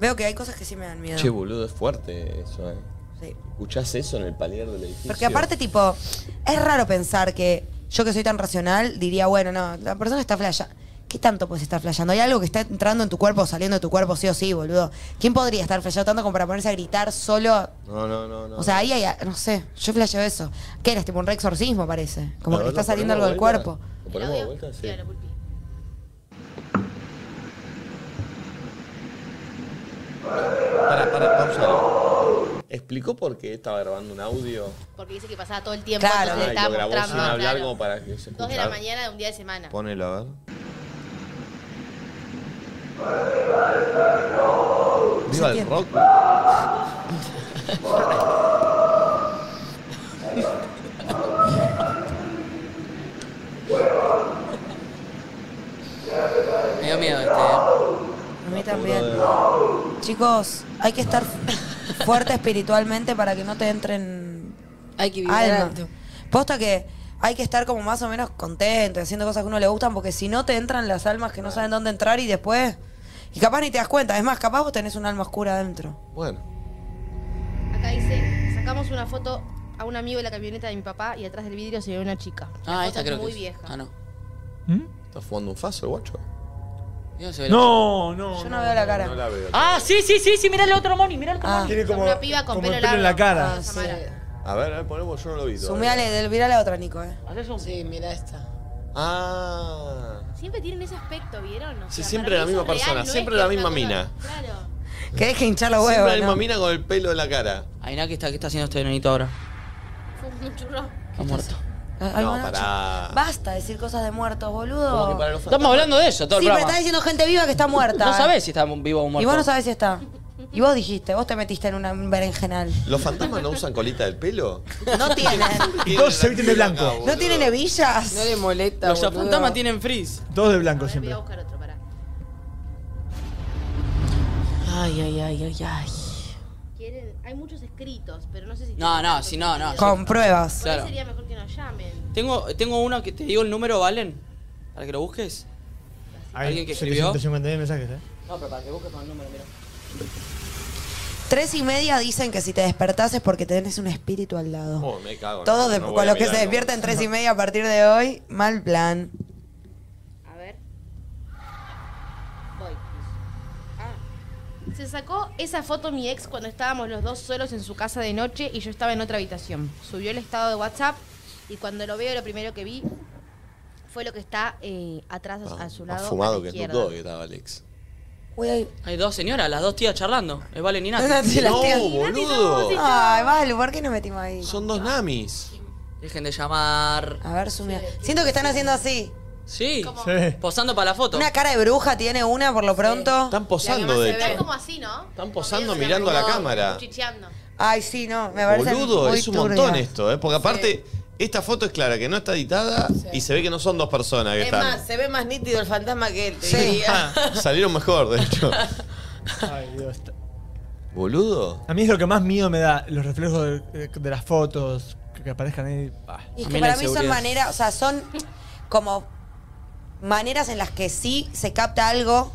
Veo que hay cosas que sí me dan miedo.
Che, boludo, es fuerte eso, eh.
Sí.
¿Escuchás eso en el palier del edificio?
Porque aparte, tipo, es raro pensar que yo que soy tan racional diría, bueno, no, la persona está flasha. ¿Qué tanto puedes estar flasheando? Hay algo que está entrando en tu cuerpo, saliendo de tu cuerpo, sí o sí, boludo. ¿Quién podría estar flasheando tanto como para ponerse a gritar solo?
No, no, no. no.
O sea, ahí hay, no sé, yo flasheo eso. ¿Qué eras? Tipo un re exorcismo, parece. Como
A
que
ver,
le está
¿lo
saliendo algo
ponemos
del
de vuelta?
cuerpo.
¿Lo ponemos de vuelta? Sí. Para, para, pausa. ¿Explicó por qué estaba grabando un audio?
Porque dice que pasaba todo el tiempo, entonces le
Ah, y lo
estaba
grabó sin
mostrando.
hablar
claro.
como para que se
Dos de la
escuchara.
mañana de un día de semana.
Ponelo, a ver. Viva el rock.
Me dio miedo este.
A mí también. Chicos, hay que estar fuerte espiritualmente para que no te entren.
Hay que vibrar
alma.
alto.
Posta que hay que estar como más o menos contento, haciendo cosas que a uno le gustan, porque si no te entran las almas que no saben dónde entrar y después. Y capaz ni te das cuenta. Es más, capaz vos tenés un alma oscura adentro.
Bueno.
Acá dice, sacamos una foto a un amigo de la camioneta de mi papá y atrás del vidrio se ve una chica. La
Ah,
foto
esta
es
creo
muy
que es.
vieja.
Ah, no.
¿Estás fumando un faso, el guacho?
Yo se ve la-
¿Mm? No, no.
Yo no veo la cara.
No la veo.
Ah, sí, sí, sí, sí, mirá el otro Moni, mirá el otro Moni.
Tiene como,
Una piba con
como
pelo
el pelo en la
largo.
cara.
Ah, Samara.
A ver, a ver, ponemos, yo no lo vi. todavía.
Sumeale, del, mirá la otra, Nico, eh.
Sí, mira esta.
Ah.
Siempre tienen ese aspecto, ¿vieron? O
Sí,
sea,
siempre
para
la
mí
misma
eso es real,
persona,
no es
siempre
que
la
es
misma
una
mina.
cosa- Claro.
Que deje hinchar los
Siempre
huevos.
la misma
¿no?
mina con el pelo en la cara.
Ainá, ¿qué está, ¿qué está haciendo este nenito ahora?
Fue un churro.
Está muerto. Ah,
Ay,
No,
Nacho,
pará.
Basta decir cosas de muertos,
Ah. Como
boludo.
que para los
Estamos hablando de eso todo
Sí,
el
pero
programa.
estás diciendo gente viva que está muerta.
No
eh.
sabés si está vivo o muerto.
Y vos no sabés si está. Y vos dijiste, vos te metiste en una un berenjenal.
¿Los fantasmas no usan colita del pelo?
No tienen.
Y todos se visten de blanco.
No tienen hebillas.
No le molesta,
Los
boludo.
fantasmas tienen frizz.
Todos de blanco siempre.
Ay, ay, ay, ay, ay.
Quieren- Hay muchos escritos, pero no sé si...
No, no, si no, no.
Con pruebas.
Por
Claro.
ahí sería mejor que nos llamen.
Tengo, tengo una que te digo el número, ¿valen? Para que lo busques.
Hay
¿Alguien que escribió?
750.000 mensajes, ¿eh?
No, pero para que busques con el número, mira.
Tres y media dicen que si te despertás es porque tenés un espíritu al lado.
Oh, me cago en
Todos
la-
de-
no voy
con
a
los que
mirar,
se
no.
despiertan en tres y media a partir de hoy, mal plan.
A ver. Voy. Ah. Se sacó esa foto mi ex cuando estábamos los dos solos en su casa de noche y yo estaba en otra habitación. Subió el estado de WhatsApp y cuando lo veo lo primero que vi fue lo que está eh, atrás a- a su
Más
lado. a
fumado
la
que Snoop
izquierda.
Dogg que estaba Alex.
Uy,
Hay dos señoras, las dos tías charlando. Es Valen y Nati.
Nati, las
No,
tías.
boludo.
Ay, Valu, ¿por qué nos metimos ahí?
Son dos namis.
Dejen de llamar.
A ver, sumia. Siento que están haciendo así.
Sí.
Sí.
Posando para la foto.
Una cara de bruja tiene una por lo pronto.
Están posando, de
Están
hecho.
como así, ¿no?
Están posando mirando a la cámara.
Chicheando.
Ay, sí, no, me parece
Boludo,
muy
es un
turbio.
montón esto, ¿eh? Porque aparte, esta foto es clara, que no está editada y se ve que no son dos personas que
Es más,
están.
se ve más nítido el fantasma que él, te
Sí.
Ah.
diría.
Salieron mejor, de hecho.
Ay, Dios.
Boludo.
A mí es lo que más miedo me da, los reflejos de, de- de las fotos que, que aparezcan ahí. Ah.
Y es que
También
para
hay
mí son
seguridad.
maneras, o sea, son como maneras en las que sí se capta algo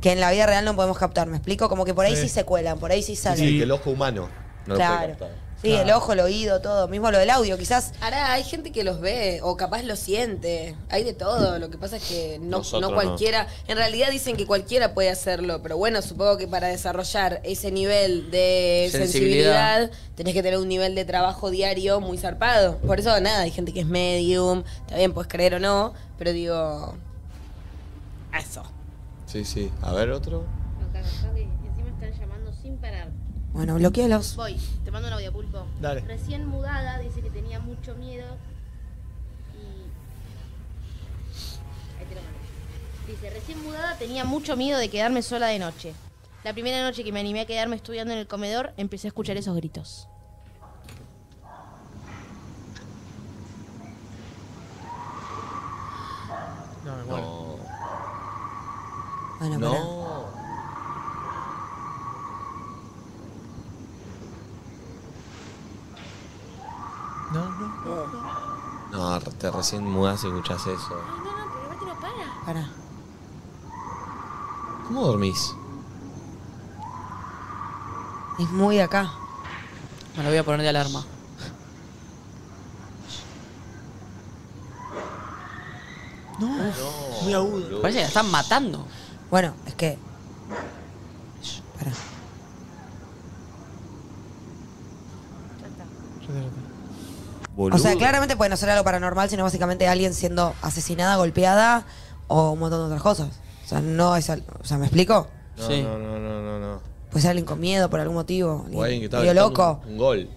que en la vida real no podemos captar, ¿me explico? Como que por ahí sí,
Sí.
se cuelan, por ahí sí salen.
Sí, que el ojo humano. No
claro.
lo puede captar.
Sí, el ojo, el oído, todo. Mismo lo del audio, quizás.
Ahora hay gente que los ve o capaz lo siente. Hay de todo. Lo que pasa es que no,
Nosotros
no cualquiera. En realidad dicen que cualquiera puede hacerlo, pero bueno, supongo que para desarrollar ese nivel de
Sensibilidad.
sensibilidad, tenés que tener un nivel de trabajo diario muy zarpado. Por eso nada, hay gente que es medium, está bien, puedes creer o no, pero digo. Eso.
Sí, sí. A ver, otro.
Encima están llamando sin parar.
Bueno, bloquealos.
Voy, te mando un audio pulpo.
Dale.
Recién mudada, dice que tenía mucho miedo. Y. Ahí te lo mando. Dice, recién mudada tenía mucho miedo de quedarme sola de noche. La primera noche que me animé a quedarme estudiando en el comedor, empecé a escuchar esos gritos.
No, me muero.
No.
Bueno, pará.
No.
No, no.
No, te recién mudás y escuchás eso.
No, no, no, pero aparte no para.
pará.
¿Cómo dormís?
Es muy de acá.
Me lo voy a poner de alarma. No, muy agudo. Parece que la están matando.
Bueno, es que.
Boludo.
O sea, claramente puede no ser algo paranormal, sino básicamente alguien siendo asesinada, golpeada o un montón de otras cosas. O sea, no es. al- O sea, ¿me explico?
No,
Sí.
no, no, no, no, no.
Puede ser alguien con miedo por algún motivo.
O alguien que estaba
medio
gritando
loco.
Un, un gol.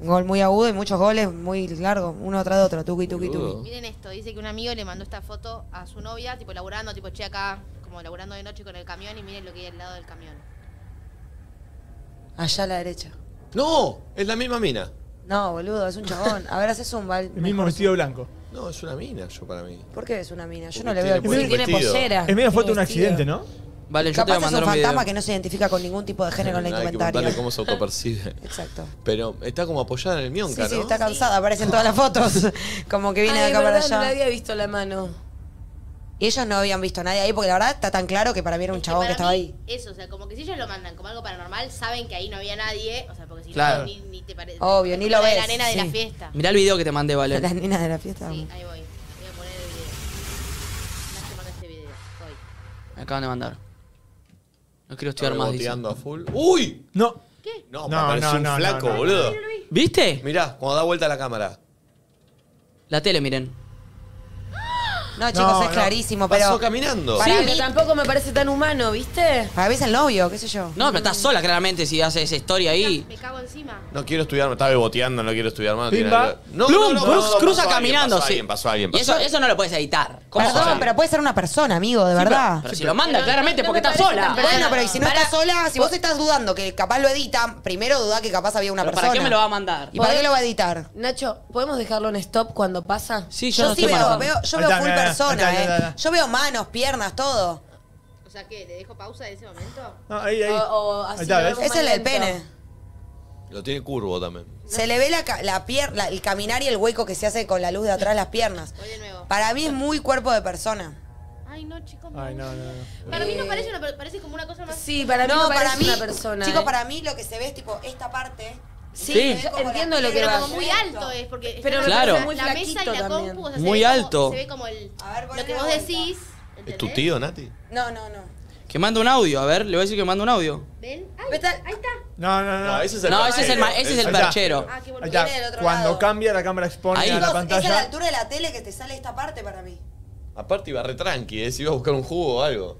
Un gol muy agudo y muchos goles muy largos, uno tras de otro, tuqui, tuqui, tuqui.
Miren esto, dice que un amigo le mandó esta foto a su novia, tipo laburando, tipo che acá, como laburando de noche con el camión y miren lo que hay al lado del camión.
Allá a la derecha.
No, es la misma mina.
No, boludo, es un chabón. A ver, haces un bal.
El mismo vestido blanco.
No, es una mina, yo para mí.
¿Por qué es una mina?
Porque
Yo no le
tiene
veo el
por ahí
perfil.
un vestido.
Es menos foto de un accidente, ¿no?
Vale, yo te
Capaz
voy a mandar
es un
un video.
fantasma que no se identifica con ningún tipo de género en la
Nada, hay que
indumentaria.
preguntarle cómo se autopercibe.
Exacto.
Pero está como apoyada en el
Sí,
mionca,
sí,
¿no?
está cansada, aparecen todas las fotos. Como que viene
Ay,
de acá para
verdad, No le
allá.
había visto la mano.
Y ellos no habían visto a nadie ahí, porque la verdad está tan claro que para mí era un chabón
Para
que estaba
mí,
ahí.
Eso, o sea, como que si ellos lo mandan como algo paranormal, saben que ahí no había nadie, o sea,
pues,
porque si
Claro.
no, ni, ni te parece.
Obvio, ni lo
la de La
ves,
nena de
sí.
la fiesta.
Mirá el video que te mandé, Vale.
Las nenas de la fiesta.
Ahí voy, voy a poner el video. Nacho manda este video, voy.
Me acaban de mandar. No quiero estudiar
Estaba
más, dice.
boteando a full. ¡Uy!
No.
¿Qué?
No,
No,
parece
no,
un
no,
flaco,
no, no.
boludo.
¿Viste?
Mirá, cuando da vuelta la cámara.
La tele, miren.
No, chicos, es clarísimo, pero.
Pasó caminando.
Para
Sí.
mí tampoco me parece tan humano, ¿viste?
Para mí es el novio, Ah, qué sé yo.
No, pero estás sola, claramente, si haces esa historia ahí.
Me cago encima.
No quiero estudiar, me estaba boteando, no quiero estudiar más. no tiene
Pimba.
nada que ver. No,
Plum,
no, no,
Bruce
no, no,
cruza
pasó alguien,
caminando,
pasó
sí.
alguien, pasó alguien,
Y
pasó
eso,
alguien.
eso no lo puedes editar. ¿Cómo
Perdón,
sabe?
pero puede ser una persona, amigo, de verdad.
Pero si lo manda, claramente, porque está sola.
Bueno, pero y si no está sola, si vos estás dudando que capaz lo edita, primero dudá que capaz había una
¿Pero
persona.
¿Para qué me lo va a mandar?
¿Y para qué lo va a editar?
Nacho, ¿podemos dejarlo en stop cuando pasa?
Sí,
Yo, sí veo, veo- yo veo full persona, eh.
Ahí está,
Yo veo manos, piernas, todo.
O sea, ¿qué? ¿Le dejo pausa en ese momento?
No, ahí, ahí.
O- ah, o así Ahí está, lo ¿ves? vemos
Es el
más
del
lento.
pene.
Lo tiene curvo también.
Se le ve la, ca- la pierna, el caminar y el hueco que se hace con la luz de atrás las piernas. Para mí es muy cuerpo de persona.
Ay, no, chicos.
Ay, no, no,
Para
Eh.
mí no parece una, parece como una cosa más.
Sí, para mí no parece una persona,
Chicos,
eh.
para mí lo que se ve es tipo esta parte.
Sí,
Se ve
yo
como la
entiendo lo
pierna,
que
Pero
va.
como muy alto es, porque está
Pero
la-
Claro.
la-
muy
la mesa y
flaquito
la
también.
compu, o sea, se
Muy
ve como-
alto.
se ve como el, lo
ponele
que vos
vuelta.
decís.
¿Es tu tío, Nati?
No, no, no.
Que manda un audio, a ver, le voy a decir que manda un audio.
¿Ven?
Ahí está.
No, no, no.
No, ese es el eh,
No, ese es el ma- ese es
Ahí
el
está.
perchero.
Ah, qué bueno.
Ahí está.
Viene del otro
Cuando
lado.
cambia la cámara expone
Ahí.
a la
Chicos, es a la
pantalla.
altura de la tele que te sale esta parte para mí.
Aparte iba re tranqui, ¿eh? Si iba a buscar un jugo o algo.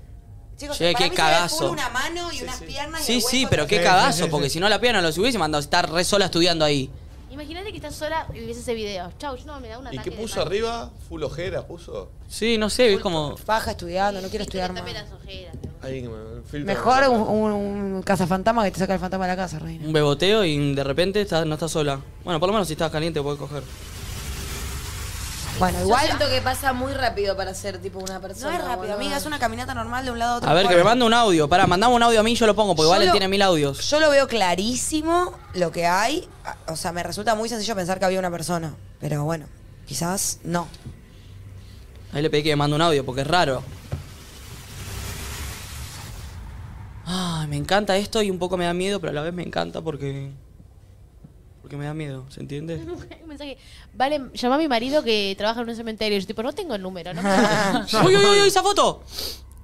Chicos,
Che,
para
qué
mí se ve
cagazo.
full una mano y unas piernas y
Sí,
el
sí,
hueco
pero
que-
qué cagazo, porque si no la pierna no los hubiese mandado, estar re sola estudiando ahí.
Imagínate que estás sola y ves ese video. Chau, yo no me da una
¿Y qué puso arriba? Full ojera puso.
Sí, no sé, es como.
Baja estudiando, no quiero estudiar más.
Alguien que me- filtro.
Mejor un, un, un cazafantasma que te saca el fantasma de la casa, reina.
Un beboteo y de repente está- no estás sola. Bueno, por lo menos si estás caliente podés coger.
Bueno,
Igual siento que pasa muy rápido para ser tipo una persona.
No es rápido, amiga, es una caminata normal de un lado a otro.
A ver, que
Bueno.
me manda un audio. Pará, mandame un audio a mí y yo lo pongo, porque
Yo
Vale
lo-
tiene mil audios.
Yo lo veo clarísimo lo que hay. Ah, O sea, me resulta muy sencillo pensar que había una persona. Pero bueno, quizás no.
Ahí le pedí que me mande un audio, porque es raro. Ay, Ah, me encanta esto y un poco me da miedo, pero a la vez me encanta porque. Porque me da miedo, ¿se entiende?
Un mensaje. Vale, llama a mi marido que trabaja en un cementerio. Yo tipo, no tengo el número, ¿no?
¡Uy, uy, uy, uy, esa foto!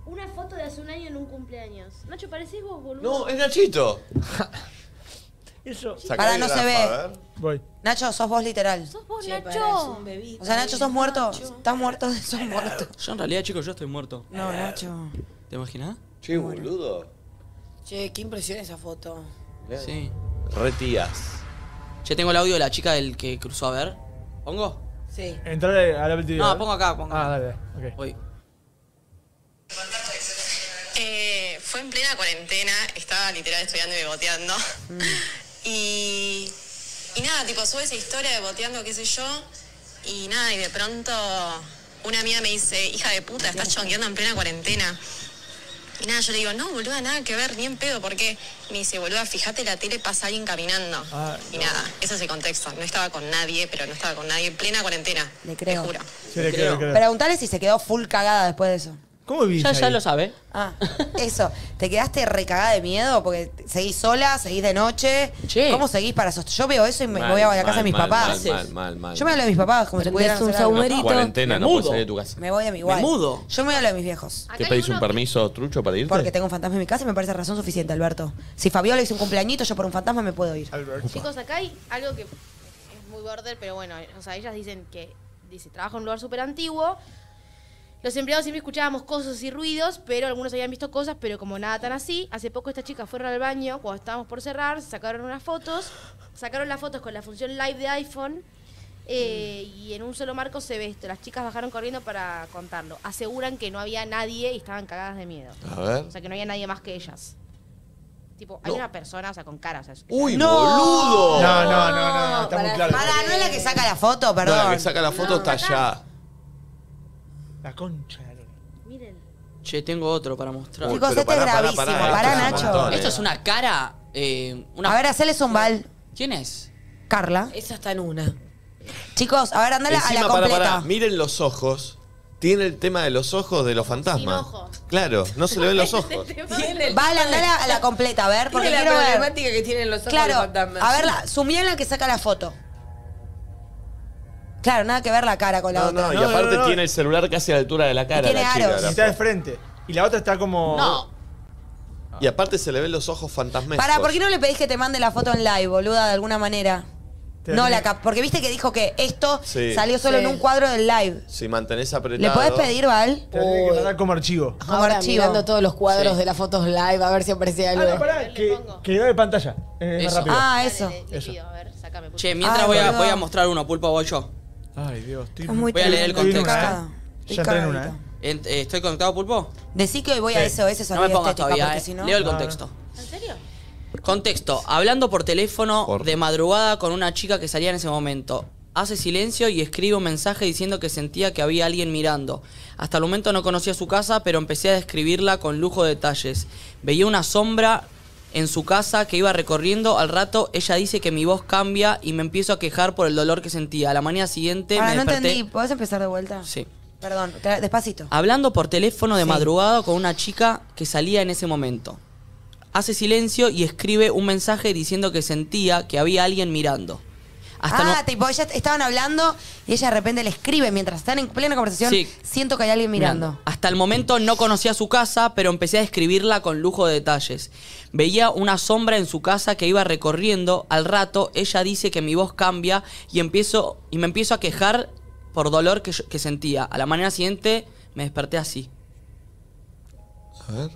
Una foto de hace un año en un cumpleaños. Nacho, parecés vos,
No,
boludo.
es Nachito.
Eso.
Sacá
Pará,
el
no se
grafo,
ve.
a ver.
Voy.
Nacho, sos vos literal.
vos,
parás
Nacho.
un bebito. eh.
O sea, Nacho, sos muerto. Estás muerto, sos muerto.
Yo en realidad, chicos, yo estoy muerto. Eh,
No, Nacho.
¿Te imaginas?
Che, boludo.
Che, qué impresión esa foto.
Sí.
Retías.
Che, tengo el audio de la chica del que cruzó a ver. ¿Pongo?
Sí.
Entrar a la TV.
No, pongo acá, pongo
Ah,
acá.
dale, dale. Ok.
Voy.
Eh, fue en plena cuarentena, estaba literal estudiando y beboteando.
Mm.
Y, y nada, tipo, sube esa historia de boteando, qué sé yo. Y nada, y de pronto una amiga me dice, hija de puta, estás chonqueando en plena cuarentena. Y nada, yo le digo, no, boluda, nada que ver, ni en pedo, porque me dice, boluda, fíjate la tele, pasa alguien caminando.
Ah,
Y nada, ese es el contexto. No estaba con nadie, pero no estaba con nadie en plena cuarentena.
Le creo.
Te juro.
Sí, le creo, le creo.
Preguntale si se quedó full cagada después de eso.
¿Cómo vivís
Ya, ya
ahí?
lo sabe.
Ah, eso. ¿Te quedaste recagada de miedo? Porque seguís sola, seguís de noche. ¿Cómo seguís para sostener? Yo veo eso y me
Mal,
voy a la
mal,
casa de mis
mal,
papás.
mal, mal, mal, mal.
Yo me voy a lo de mis papás, como si
Prendés
pudieran
un
hacer algo.
En cuarentena, no puedes salir de tu casa.
Me voy a mi igual.
mudo.
Yo me voy a lo de mis viejos.
¿Qué pedís un permiso trucho para irte?
Porque tengo un fantasma en mi casa y me parece razón suficiente, Alberto. Si Fabiola hizo un cumpleañito, yo por un fantasma me puedo ir.
Chicos, acá hay algo que es muy border, pero bueno, o sea, ellas dicen que dice, trabajo en un lugar súper antiguo. Los empleados siempre escuchábamos cosas y ruidos, pero algunos habían visto cosas, pero como nada tan así. Hace poco estas chicas fueron al baño cuando estábamos por cerrar, se sacaron unas fotos, sacaron las fotos con la función live de iPhone. eh, y en un solo marco se ve esto. Las chicas bajaron corriendo para contarlo. Aseguran que no había nadie y estaban cagadas de miedo.
A ver.
O sea, que no había nadie más que ellas. Tipo, hay una persona, o sea, con cara. O sea, es-
¡Uy,
No,
boludo!
no, no, no, está muy claro.
Para, no es la que saca la foto,
No, la
perdón.
que saca la foto está allá.
La concha.
Che, tengo otro para mostrar.
Chicos, Uy, pero este es pará, pará, gravísimo. pará, Pará, esto es un Nacho. montón, eh.
Esto es una cara. eh, una-
A ver, haceles un bal.
¿Quién es?
Carla.
Esa está en una.
Chicos, a ver, andala a la
Encima, para,
completa.
para, miren los ojos. Tiene el tema de los ojos de los fantasmas. Claro, no se le ven los ojos.
Vale, andala a la completa, a ver, porque
Tiene la
quiero ver.
problemática que tienen los ojos los
Claro,
fantasmas.
a ver, la- sumí en la que saca la foto. Claro, nada que ver la cara con la
No,
otra.
no, y
No, no,
aparte
no, no.
tiene el celular casi a la altura de la cara
Tiene
la chica.
aros.
la-
Y está de frente. Y la otra está como.
No.
Y aparte se le ven los ojos fantasmescos.
Para, ¿por qué no le pedís que te mande la foto en live, boluda, de alguna manera?
Te
No,
la-
la cap- porque viste que dijo que esto
Sí.
salió solo
Sí.
en un cuadro del live.
Si mantenés
¿Le
apretado.
podés pedir, Val?
Te la
Oh.
tiene que mandar como archivo.
Como
Ahora
archivo.
mirando todos los cuadros
Sí.
de las fotos live a ver si aparecía algo.
Ah, Que, que va de pantalla. Eh, Es más
Eso.
rápido.
Ah, eso.
Che, mientras
Ay,
voy, a,
boludo.
voy a mostrar uno, pulpa voy yo.
Ay, Dios. Estoy...
muy
voy a leer el
triste. Estoy
contexto.
enojada. Estoy
Ya entré en
cagadita.
una, ¿eh? En- eh, ¿Estoy conectado, pulpo?
Decí que hoy voy a
Sí.
SOS
No me
Sonido
pongas
Estética,
todavía,
porque
eh.
si no- Ah.
Leo el contexto.
¿En serio?
Contexto. Hablando por teléfono de madrugada con una chica que salía en ese momento. Hace silencio y escribe un mensaje diciendo que sentía que había alguien mirando. Hasta el momento no conocía su casa, pero empecé a describirla con lujo de detalles. Veía una sombra en su casa que iba recorriendo. Al rato ella dice que mi voz cambia y me empiezo a quejar por el dolor que sentía. A la mañana siguiente
Ahora,
me
Ah, no
desperté.
entendí. ¿Podés empezar de vuelta?
Sí.
Perdón, tra- despacito.
Hablando por teléfono de madrugada con una chica que salía en ese momento. Hace silencio y escribe un mensaje diciendo que sentía que había alguien mirando. Hasta el
ah,
mo-
tipo, ellas estaban hablando y ella de repente le escribe mientras están en plena conversación.
Sí.
Siento que hay alguien mirando.
Hasta el momento no conocía su casa, pero empecé a describirla con lujo de detalles. Veía una sombra en su casa que iba recorriendo. Al rato, ella dice que mi voz cambia y, empiezo, y me empiezo a quejar por dolor que, yo- que sentía. A la mañana siguiente me desperté así.
A ver.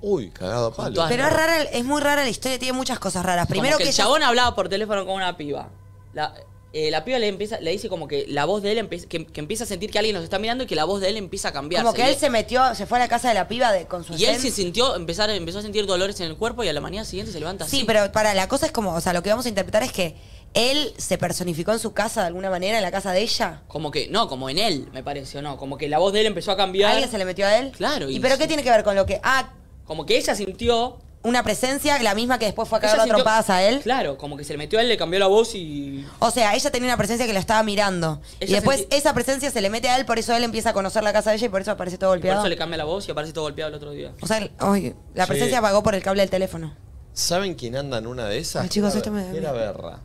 Uy, cagado a palo.
todas
Pero es rara, es muy rara la historia, tiene muchas cosas raras.
Como
Primero
que,
que,
el
ella-
chabón hablaba por teléfono con una piba. La, eh, la piba le empieza, le dice como que la voz de él empieza, que, que empieza a sentir que alguien nos está mirando y que la voz de él empieza a cambiar.
Como que él se metió, se fue a la casa de la piba de, con su
y él
esencia.
se sintió, empezar, empezó a sentir dolores en el cuerpo y a la mañana siguiente se levanta así.
Sí, pero para, la cosa es como, o sea, lo que vamos a interpretar es que él se personificó en su casa de alguna manera, en la casa de ella.
Como que, no, como en él, me pareció, no. Como que la voz de él empezó a cambiar.
¿Alguien se le metió a él?
Claro.
¿Y pero qué tiene que ver con lo que, ah,
Como que ella sintió.
una presencia, la misma que después fue a
ella
cagarlo a
sintió-
trompadas a él?
Claro, como que se le metió a él, le cambió la voz y.
O sea, ella tenía una presencia que la estaba mirando. y
Ella
después
sentí-
esa presencia se le mete a él, por eso él empieza a conocer la casa de ella y por eso aparece todo
Por
golpeado.
eso le cambia la voz y aparece todo golpeado el otro día.
O sea, el- ay, la
Sí.
presencia pagó por el cable del teléfono.
¿Saben quién anda en una de esas?
Ay, chicos,
Era-
esto me da
Era
miedo.
Berra.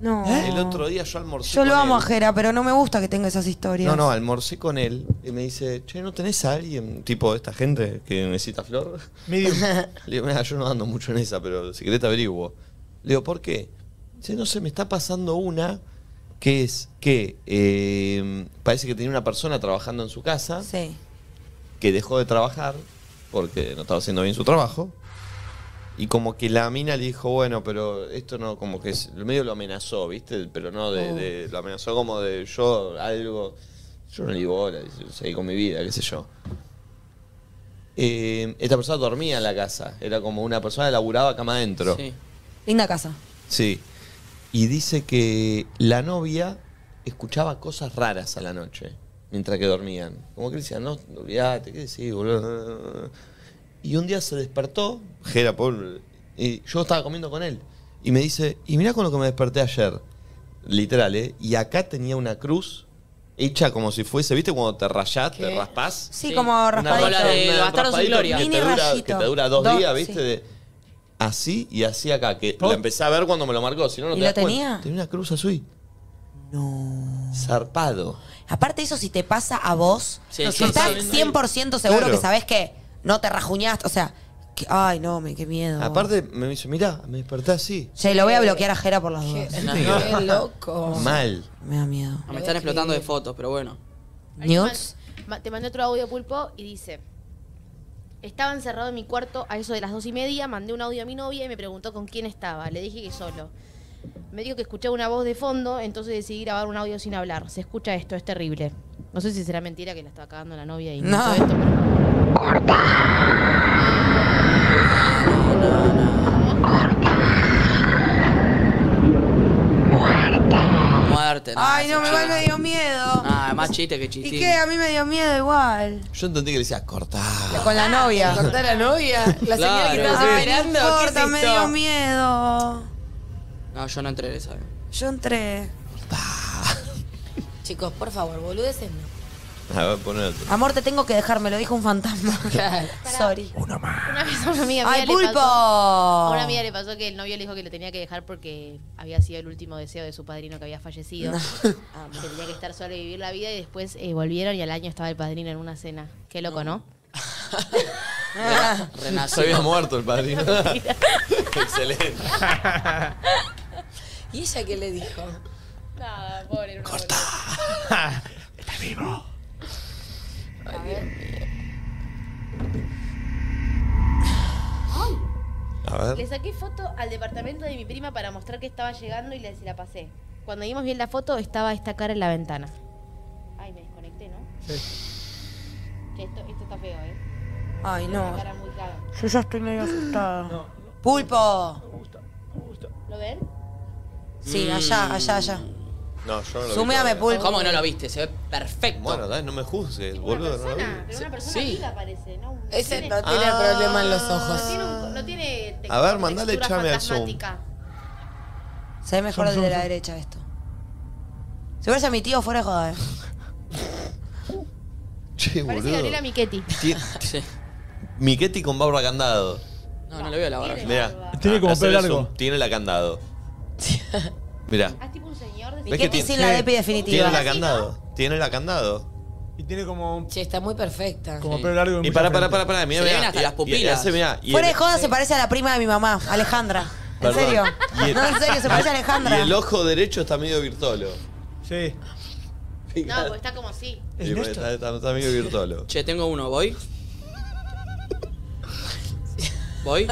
No.
El otro día yo almorcé
¿Eh? Yo
con
lo amo
él.
a Jera, pero no me gusta que tenga esas historias.
No, no, almorcé con él y me dice, che, ¿no tenés a alguien tipo esta gente que necesita flor?
Medium.
Le digo, mira, yo no ando mucho en esa, pero si querés te averiguo. Le digo, ¿por qué? Dice, no sé, me está pasando una que es que eh, parece que tenía una persona trabajando en su casa
Sí.
que dejó de trabajar porque no estaba haciendo bien su trabajo. Y como que la mina le dijo, bueno, pero esto no, como que es- medio lo amenazó, ¿viste? Pero no, de,
Oh.
de- lo amenazó como de yo algo. Yo no le digo hola, dice, seguí con mi vida, qué sé yo. Eh, esta persona dormía en la casa, era como una persona que laburaba cama adentro. Sí.
Linda casa.
Y dice que la novia escuchaba cosas raras a la noche mientras que dormían. Como que le decían, no, olvídate, ¿qué decís, boludo? Y un día se despertó, Jera, Paul, y yo estaba comiendo con él. Y me dice, y mirá con lo que me desperté ayer. Literal, ¿eh? Y acá tenía una cruz hecha como si fuese, ¿viste? Cuando te rayás, te raspás.
Sí, como raspadito.
Una bola de
Una
bastardos sin
raspadito
gloria. Que
Mini
te, dura,
rayito.
que te dura dos
Dos,
días, ¿viste?
sí.
De- así y así acá. Que la empecé a ver cuando me lo marcó. Si no, no te
¿Y lo
das cuenta.
tenía?
Tenía una cruz azul. Zarpado.
Aparte eso, si te pasa a vos,
Sí,
que
sí,
estás
sí.
100% seguro
Claro.
que sabés que no te rajuñaste. O sea, que- ay, no, me, qué miedo.
Aparte, me dice, mirá, me desperté así.
Che,
Eh,
lo voy a bloquear a Jera por las dudas.
Qué
loco.
Mal.
Me da miedo.
Ah, Me están explotando de fotos, pero bueno.
¿Nudes?
Ma- Te mandé otro audio pulpo y dice: Estaba encerrado en mi cuarto a eso de las dos y media. Mandé un audio a mi novia y me preguntó con quién estaba. Le dije que solo. Me dijo que escuchaba una voz de fondo, entonces decidí grabar un audio sin hablar. Se escucha esto, es terrible. No sé si será mentira que la estaba cagando la novia y
No.
hizo esto, pero-
Muerte.
Ay, no, me va, me dio miedo.
Ah, más chiste que chiste.
¿Y qué? A mí me dio miedo igual.
Yo entendí que le decías, cortá.
Con la novia.
¿Cortá la novia? ¿La señora que estabas
Ay,
esperando?
No
¿Qué
importa,
es
me
esto?
dio miedo.
No, yo no entré esa.
Yo entré.
Chicos, por favor, boludeces no.
A ver, poné otro.
Amor, te tengo que dejar, me lo dijo un fantasma. Sorry.
Una vez a una amiga mía
¡Ay,
le
pulpo!
pasó. A una amiga le pasó que el novio le dijo que le tenía que dejar porque había sido el último deseo de su padrino que había fallecido. Ah, Que tenía que estar solo y vivir la vida y después eh, volvieron y al año estaba el padrino en una cena. Qué loco, ¿no?
Se había muerto el padrino. Excelente.
¿Y ella qué le dijo?
Nada, pobre.
Corta.
Está vivo.
A ver.
Le saqué foto al departamento de mi prima para mostrar que estaba llegando y le se la pasé. Cuando vimos bien la foto estaba esta cara en la ventana. Ay, me desconecté, ¿no? Che, Esto, esto está feo, ¿eh?
Ay,
Tiene una
no.
cara muy clara.
Yo ya estoy medio asustada. Pulpo.
¿Lo ven?
Sí, allá, allá, allá.
No, yo no lo vi
Suméame,
todavía.
pulpo.
¿Cómo que no lo viste? Se ve perfecto.
Bueno, dale, no me juzgues, boludo. no lo vi.
Pero una persona
Sí.
viva parece, ¿no? No
Ese
tiene-
no tiene
Ah.
problema en los ojos.
No tiene, un- no tiene
A ver,
textura
mandale chame al Zoom.
fantasmática.
Se ve mejor
Zoom,
el de
zoom,
la
zoom.
derecha esto. Si fuese a mi tío, fuera de joda. eh.
Che,
Parece
boludo.
Gabriela Michetti.
Ti- Miquetti con barba candado.
No, no le veo la barra.
Mirá.
Tiene como
hacele
pelo largo.
zoom. Tiene la candado. Mirá.
Es tipo un señor de
¿Ves que tiene- Tiene la candado. Tiene la candado.
Y tiene como. Che, está muy perfecta.
Como pelo largo. Y pará, pará, pará, pará. Mirá,
Se le
mirá.
ven hasta
Y-
las
y- Y,
pupilas.
hace, mirá, y
Fuera de
el-
joda se parece a la prima de mi mamá, Alejandra. ¿En
Perdón.
serio?
Y el- Ah,
No, en serio, se parece a Alejandra.
Y el ojo derecho está medio virtolo.
Sí.
No, porque está como así.
Y bueno, está, está- está medio virtolo.
Che, tengo uno, ¿voy? ¿Voy?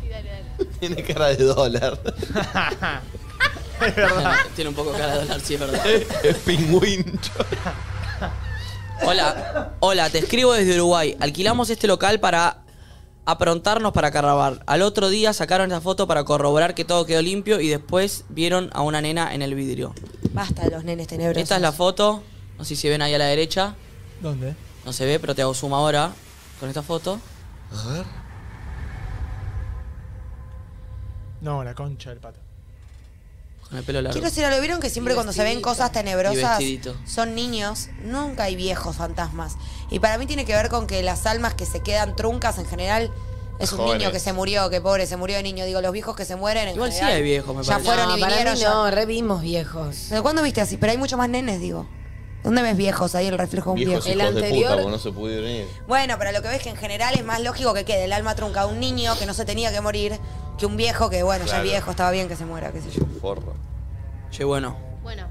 Sí, dale, dale.
Tiene cara de dólar.
Tiene un poco cara de dólar, sí, es verdad.
es pingüín.
Hola, hola, te escribo desde Uruguay. Alquilamos este local para aprontarnos para carnaval. Al otro día sacaron esa foto para corroborar que todo quedó limpio y después vieron a una nena en el vidrio.
Basta de los nenes tenebrosos.
Esta es la foto. No sé si ven ahí a la derecha.
¿Dónde?
No se ve, pero te hago zoom ahora con esta foto.
A ver.
No, la concha del pato.
Con el pelo largo.
Quiero decir, ¿lo vieron que siempre
Y
cuando se ven
vestidito.
cosas tenebrosas
Y vestidito.
son niños? Nunca hay viejos fantasmas. Y para mí tiene que ver con que las almas que se quedan truncas en general es un
Jóvenes.
niño que se murió, que pobre, se murió de niño. Digo, los viejos que se mueren en
Igual sí
general.
hay viejos, me
Ya
parece.
fueron
No,
y
para
vinieron.
mí
ya.
no, revimos viejos.
¿De cuándo viste así? Pero hay mucho más nenes, digo. ¿Dónde ves viejos? Ahí el reflejo de un
Viejos
viejo.
hijos de puta, porque no se pudieron ir.
Bueno, pero lo que ves que en general es más lógico que quede el alma trunca de un niño que no se tenía que morir que un viejo que, bueno,
Claro.
ya viejo, estaba bien que se muera, qué sé yo.
Forro.
Che, bueno.
Bueno,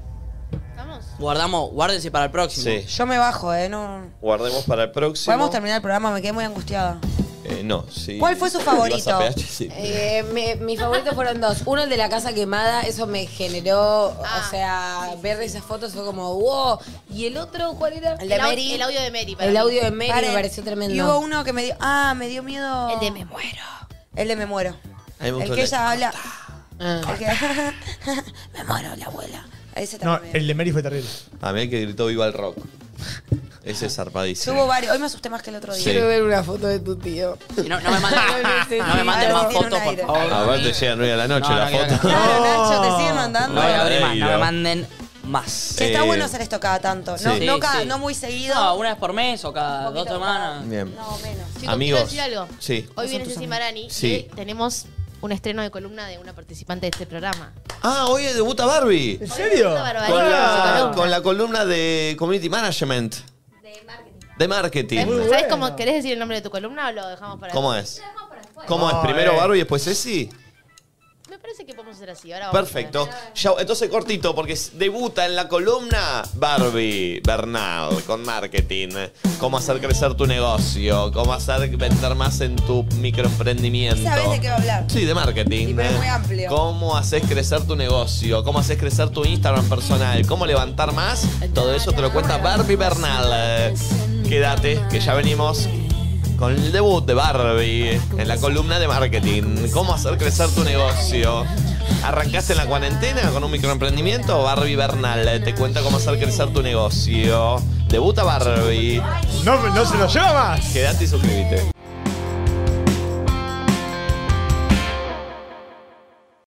¿estamos?
Guardamos, guárdense para el próximo.
Sí.
Yo me bajo, ¿eh? No...
Guardemos para el próximo.
Podemos terminar el programa, me quedé muy angustiada.
Eh, no, sí.
¿Cuál fue su
Ibas a
favorito?
PH, sí.
Eh, me- mis favoritos fueron dos. Uno el de la casa quemada, eso me generó, o sea, ver esas fotos fue como, wow. Y el otro, ¿cuál era?
El, au- el audio de Mary. para
El
mí.
audio de Mary
Paren.
me pareció tremendo.
Y hubo uno que me dio. Ah, me dio miedo. El de me
muero.
El de me muero.
A mí me
El
gustó
que
el-
ella habla.
Ah.
El que- me muero, la abuela. Ese
No,
también. me dio.
el de Mary fue terrible.
A mí el que gritó Viva el Rock. Ese es zarpadísimo.
Hubo varios. Hoy me asusté más que el otro día.
Sí. Quiero
ver una foto de tu tío.
No, me mandes, no me mandes más fotos, por favor.
Ah, A ver, te llegan hoy a la noche
No,
la
no,
foto.
no, no.
Nacho, te sigue mandando.
No voy a abrir más, no me
Leila.
manden más.
Sí,
Eh,
está bueno hacer esto cada tanto. No,
Sí,
no, cada-
sí.
no muy seguido.
No, Ah, una vez por mes o cada dos semanas.
Bien.
No, menos. Chicos,
Amigos.
quiero decir algo.
Sí.
Hoy
Son
viene
tus
Ceci
amigos.
Marani
Sí.
y tenemos un estreno de columna de una participante de este programa.
Ah, hoy debuta Barbie.
¿En serio? debuta Barbie.
Con la,
Bárbara.
con la columna de Community Management. De marketing.
¿Sabes, sabes cómo querés decir el nombre de tu columna o lo dejamos para
¿Cómo es? ¿Cómo es?
Ah,
¿Primero
eh.
Barbie y después Ceci?
Me parece que podemos hacer así.
Ah,
Ahora vamos
Perfecto. Ya, entonces cortito, porque s- debuta en la columna Barbie Bernal con marketing. Cómo hacer crecer tu negocio, cómo hacer vender más en tu microemprendimiento.
¿Sabes de qué va a hablar?
Sí, de marketing.
Sí, pero es muy amplio.
¿Cómo haces crecer tu negocio? ¿Cómo haces crecer tu Instagram personal? ¿Cómo levantar más? Todo eso te lo cuenta Barbie Bernal. Eh, Quédate, que ya venimos con el debut de Barbie en la columna de marketing. ¿Cómo hacer crecer tu negocio? ¿Arrancaste en la cuarentena con un microemprendimiento? Barbie Bernal eh, te cuenta cómo hacer crecer tu negocio. Debuta Barbie.
No, no se lo lleva más.
Quédate y suscríbete.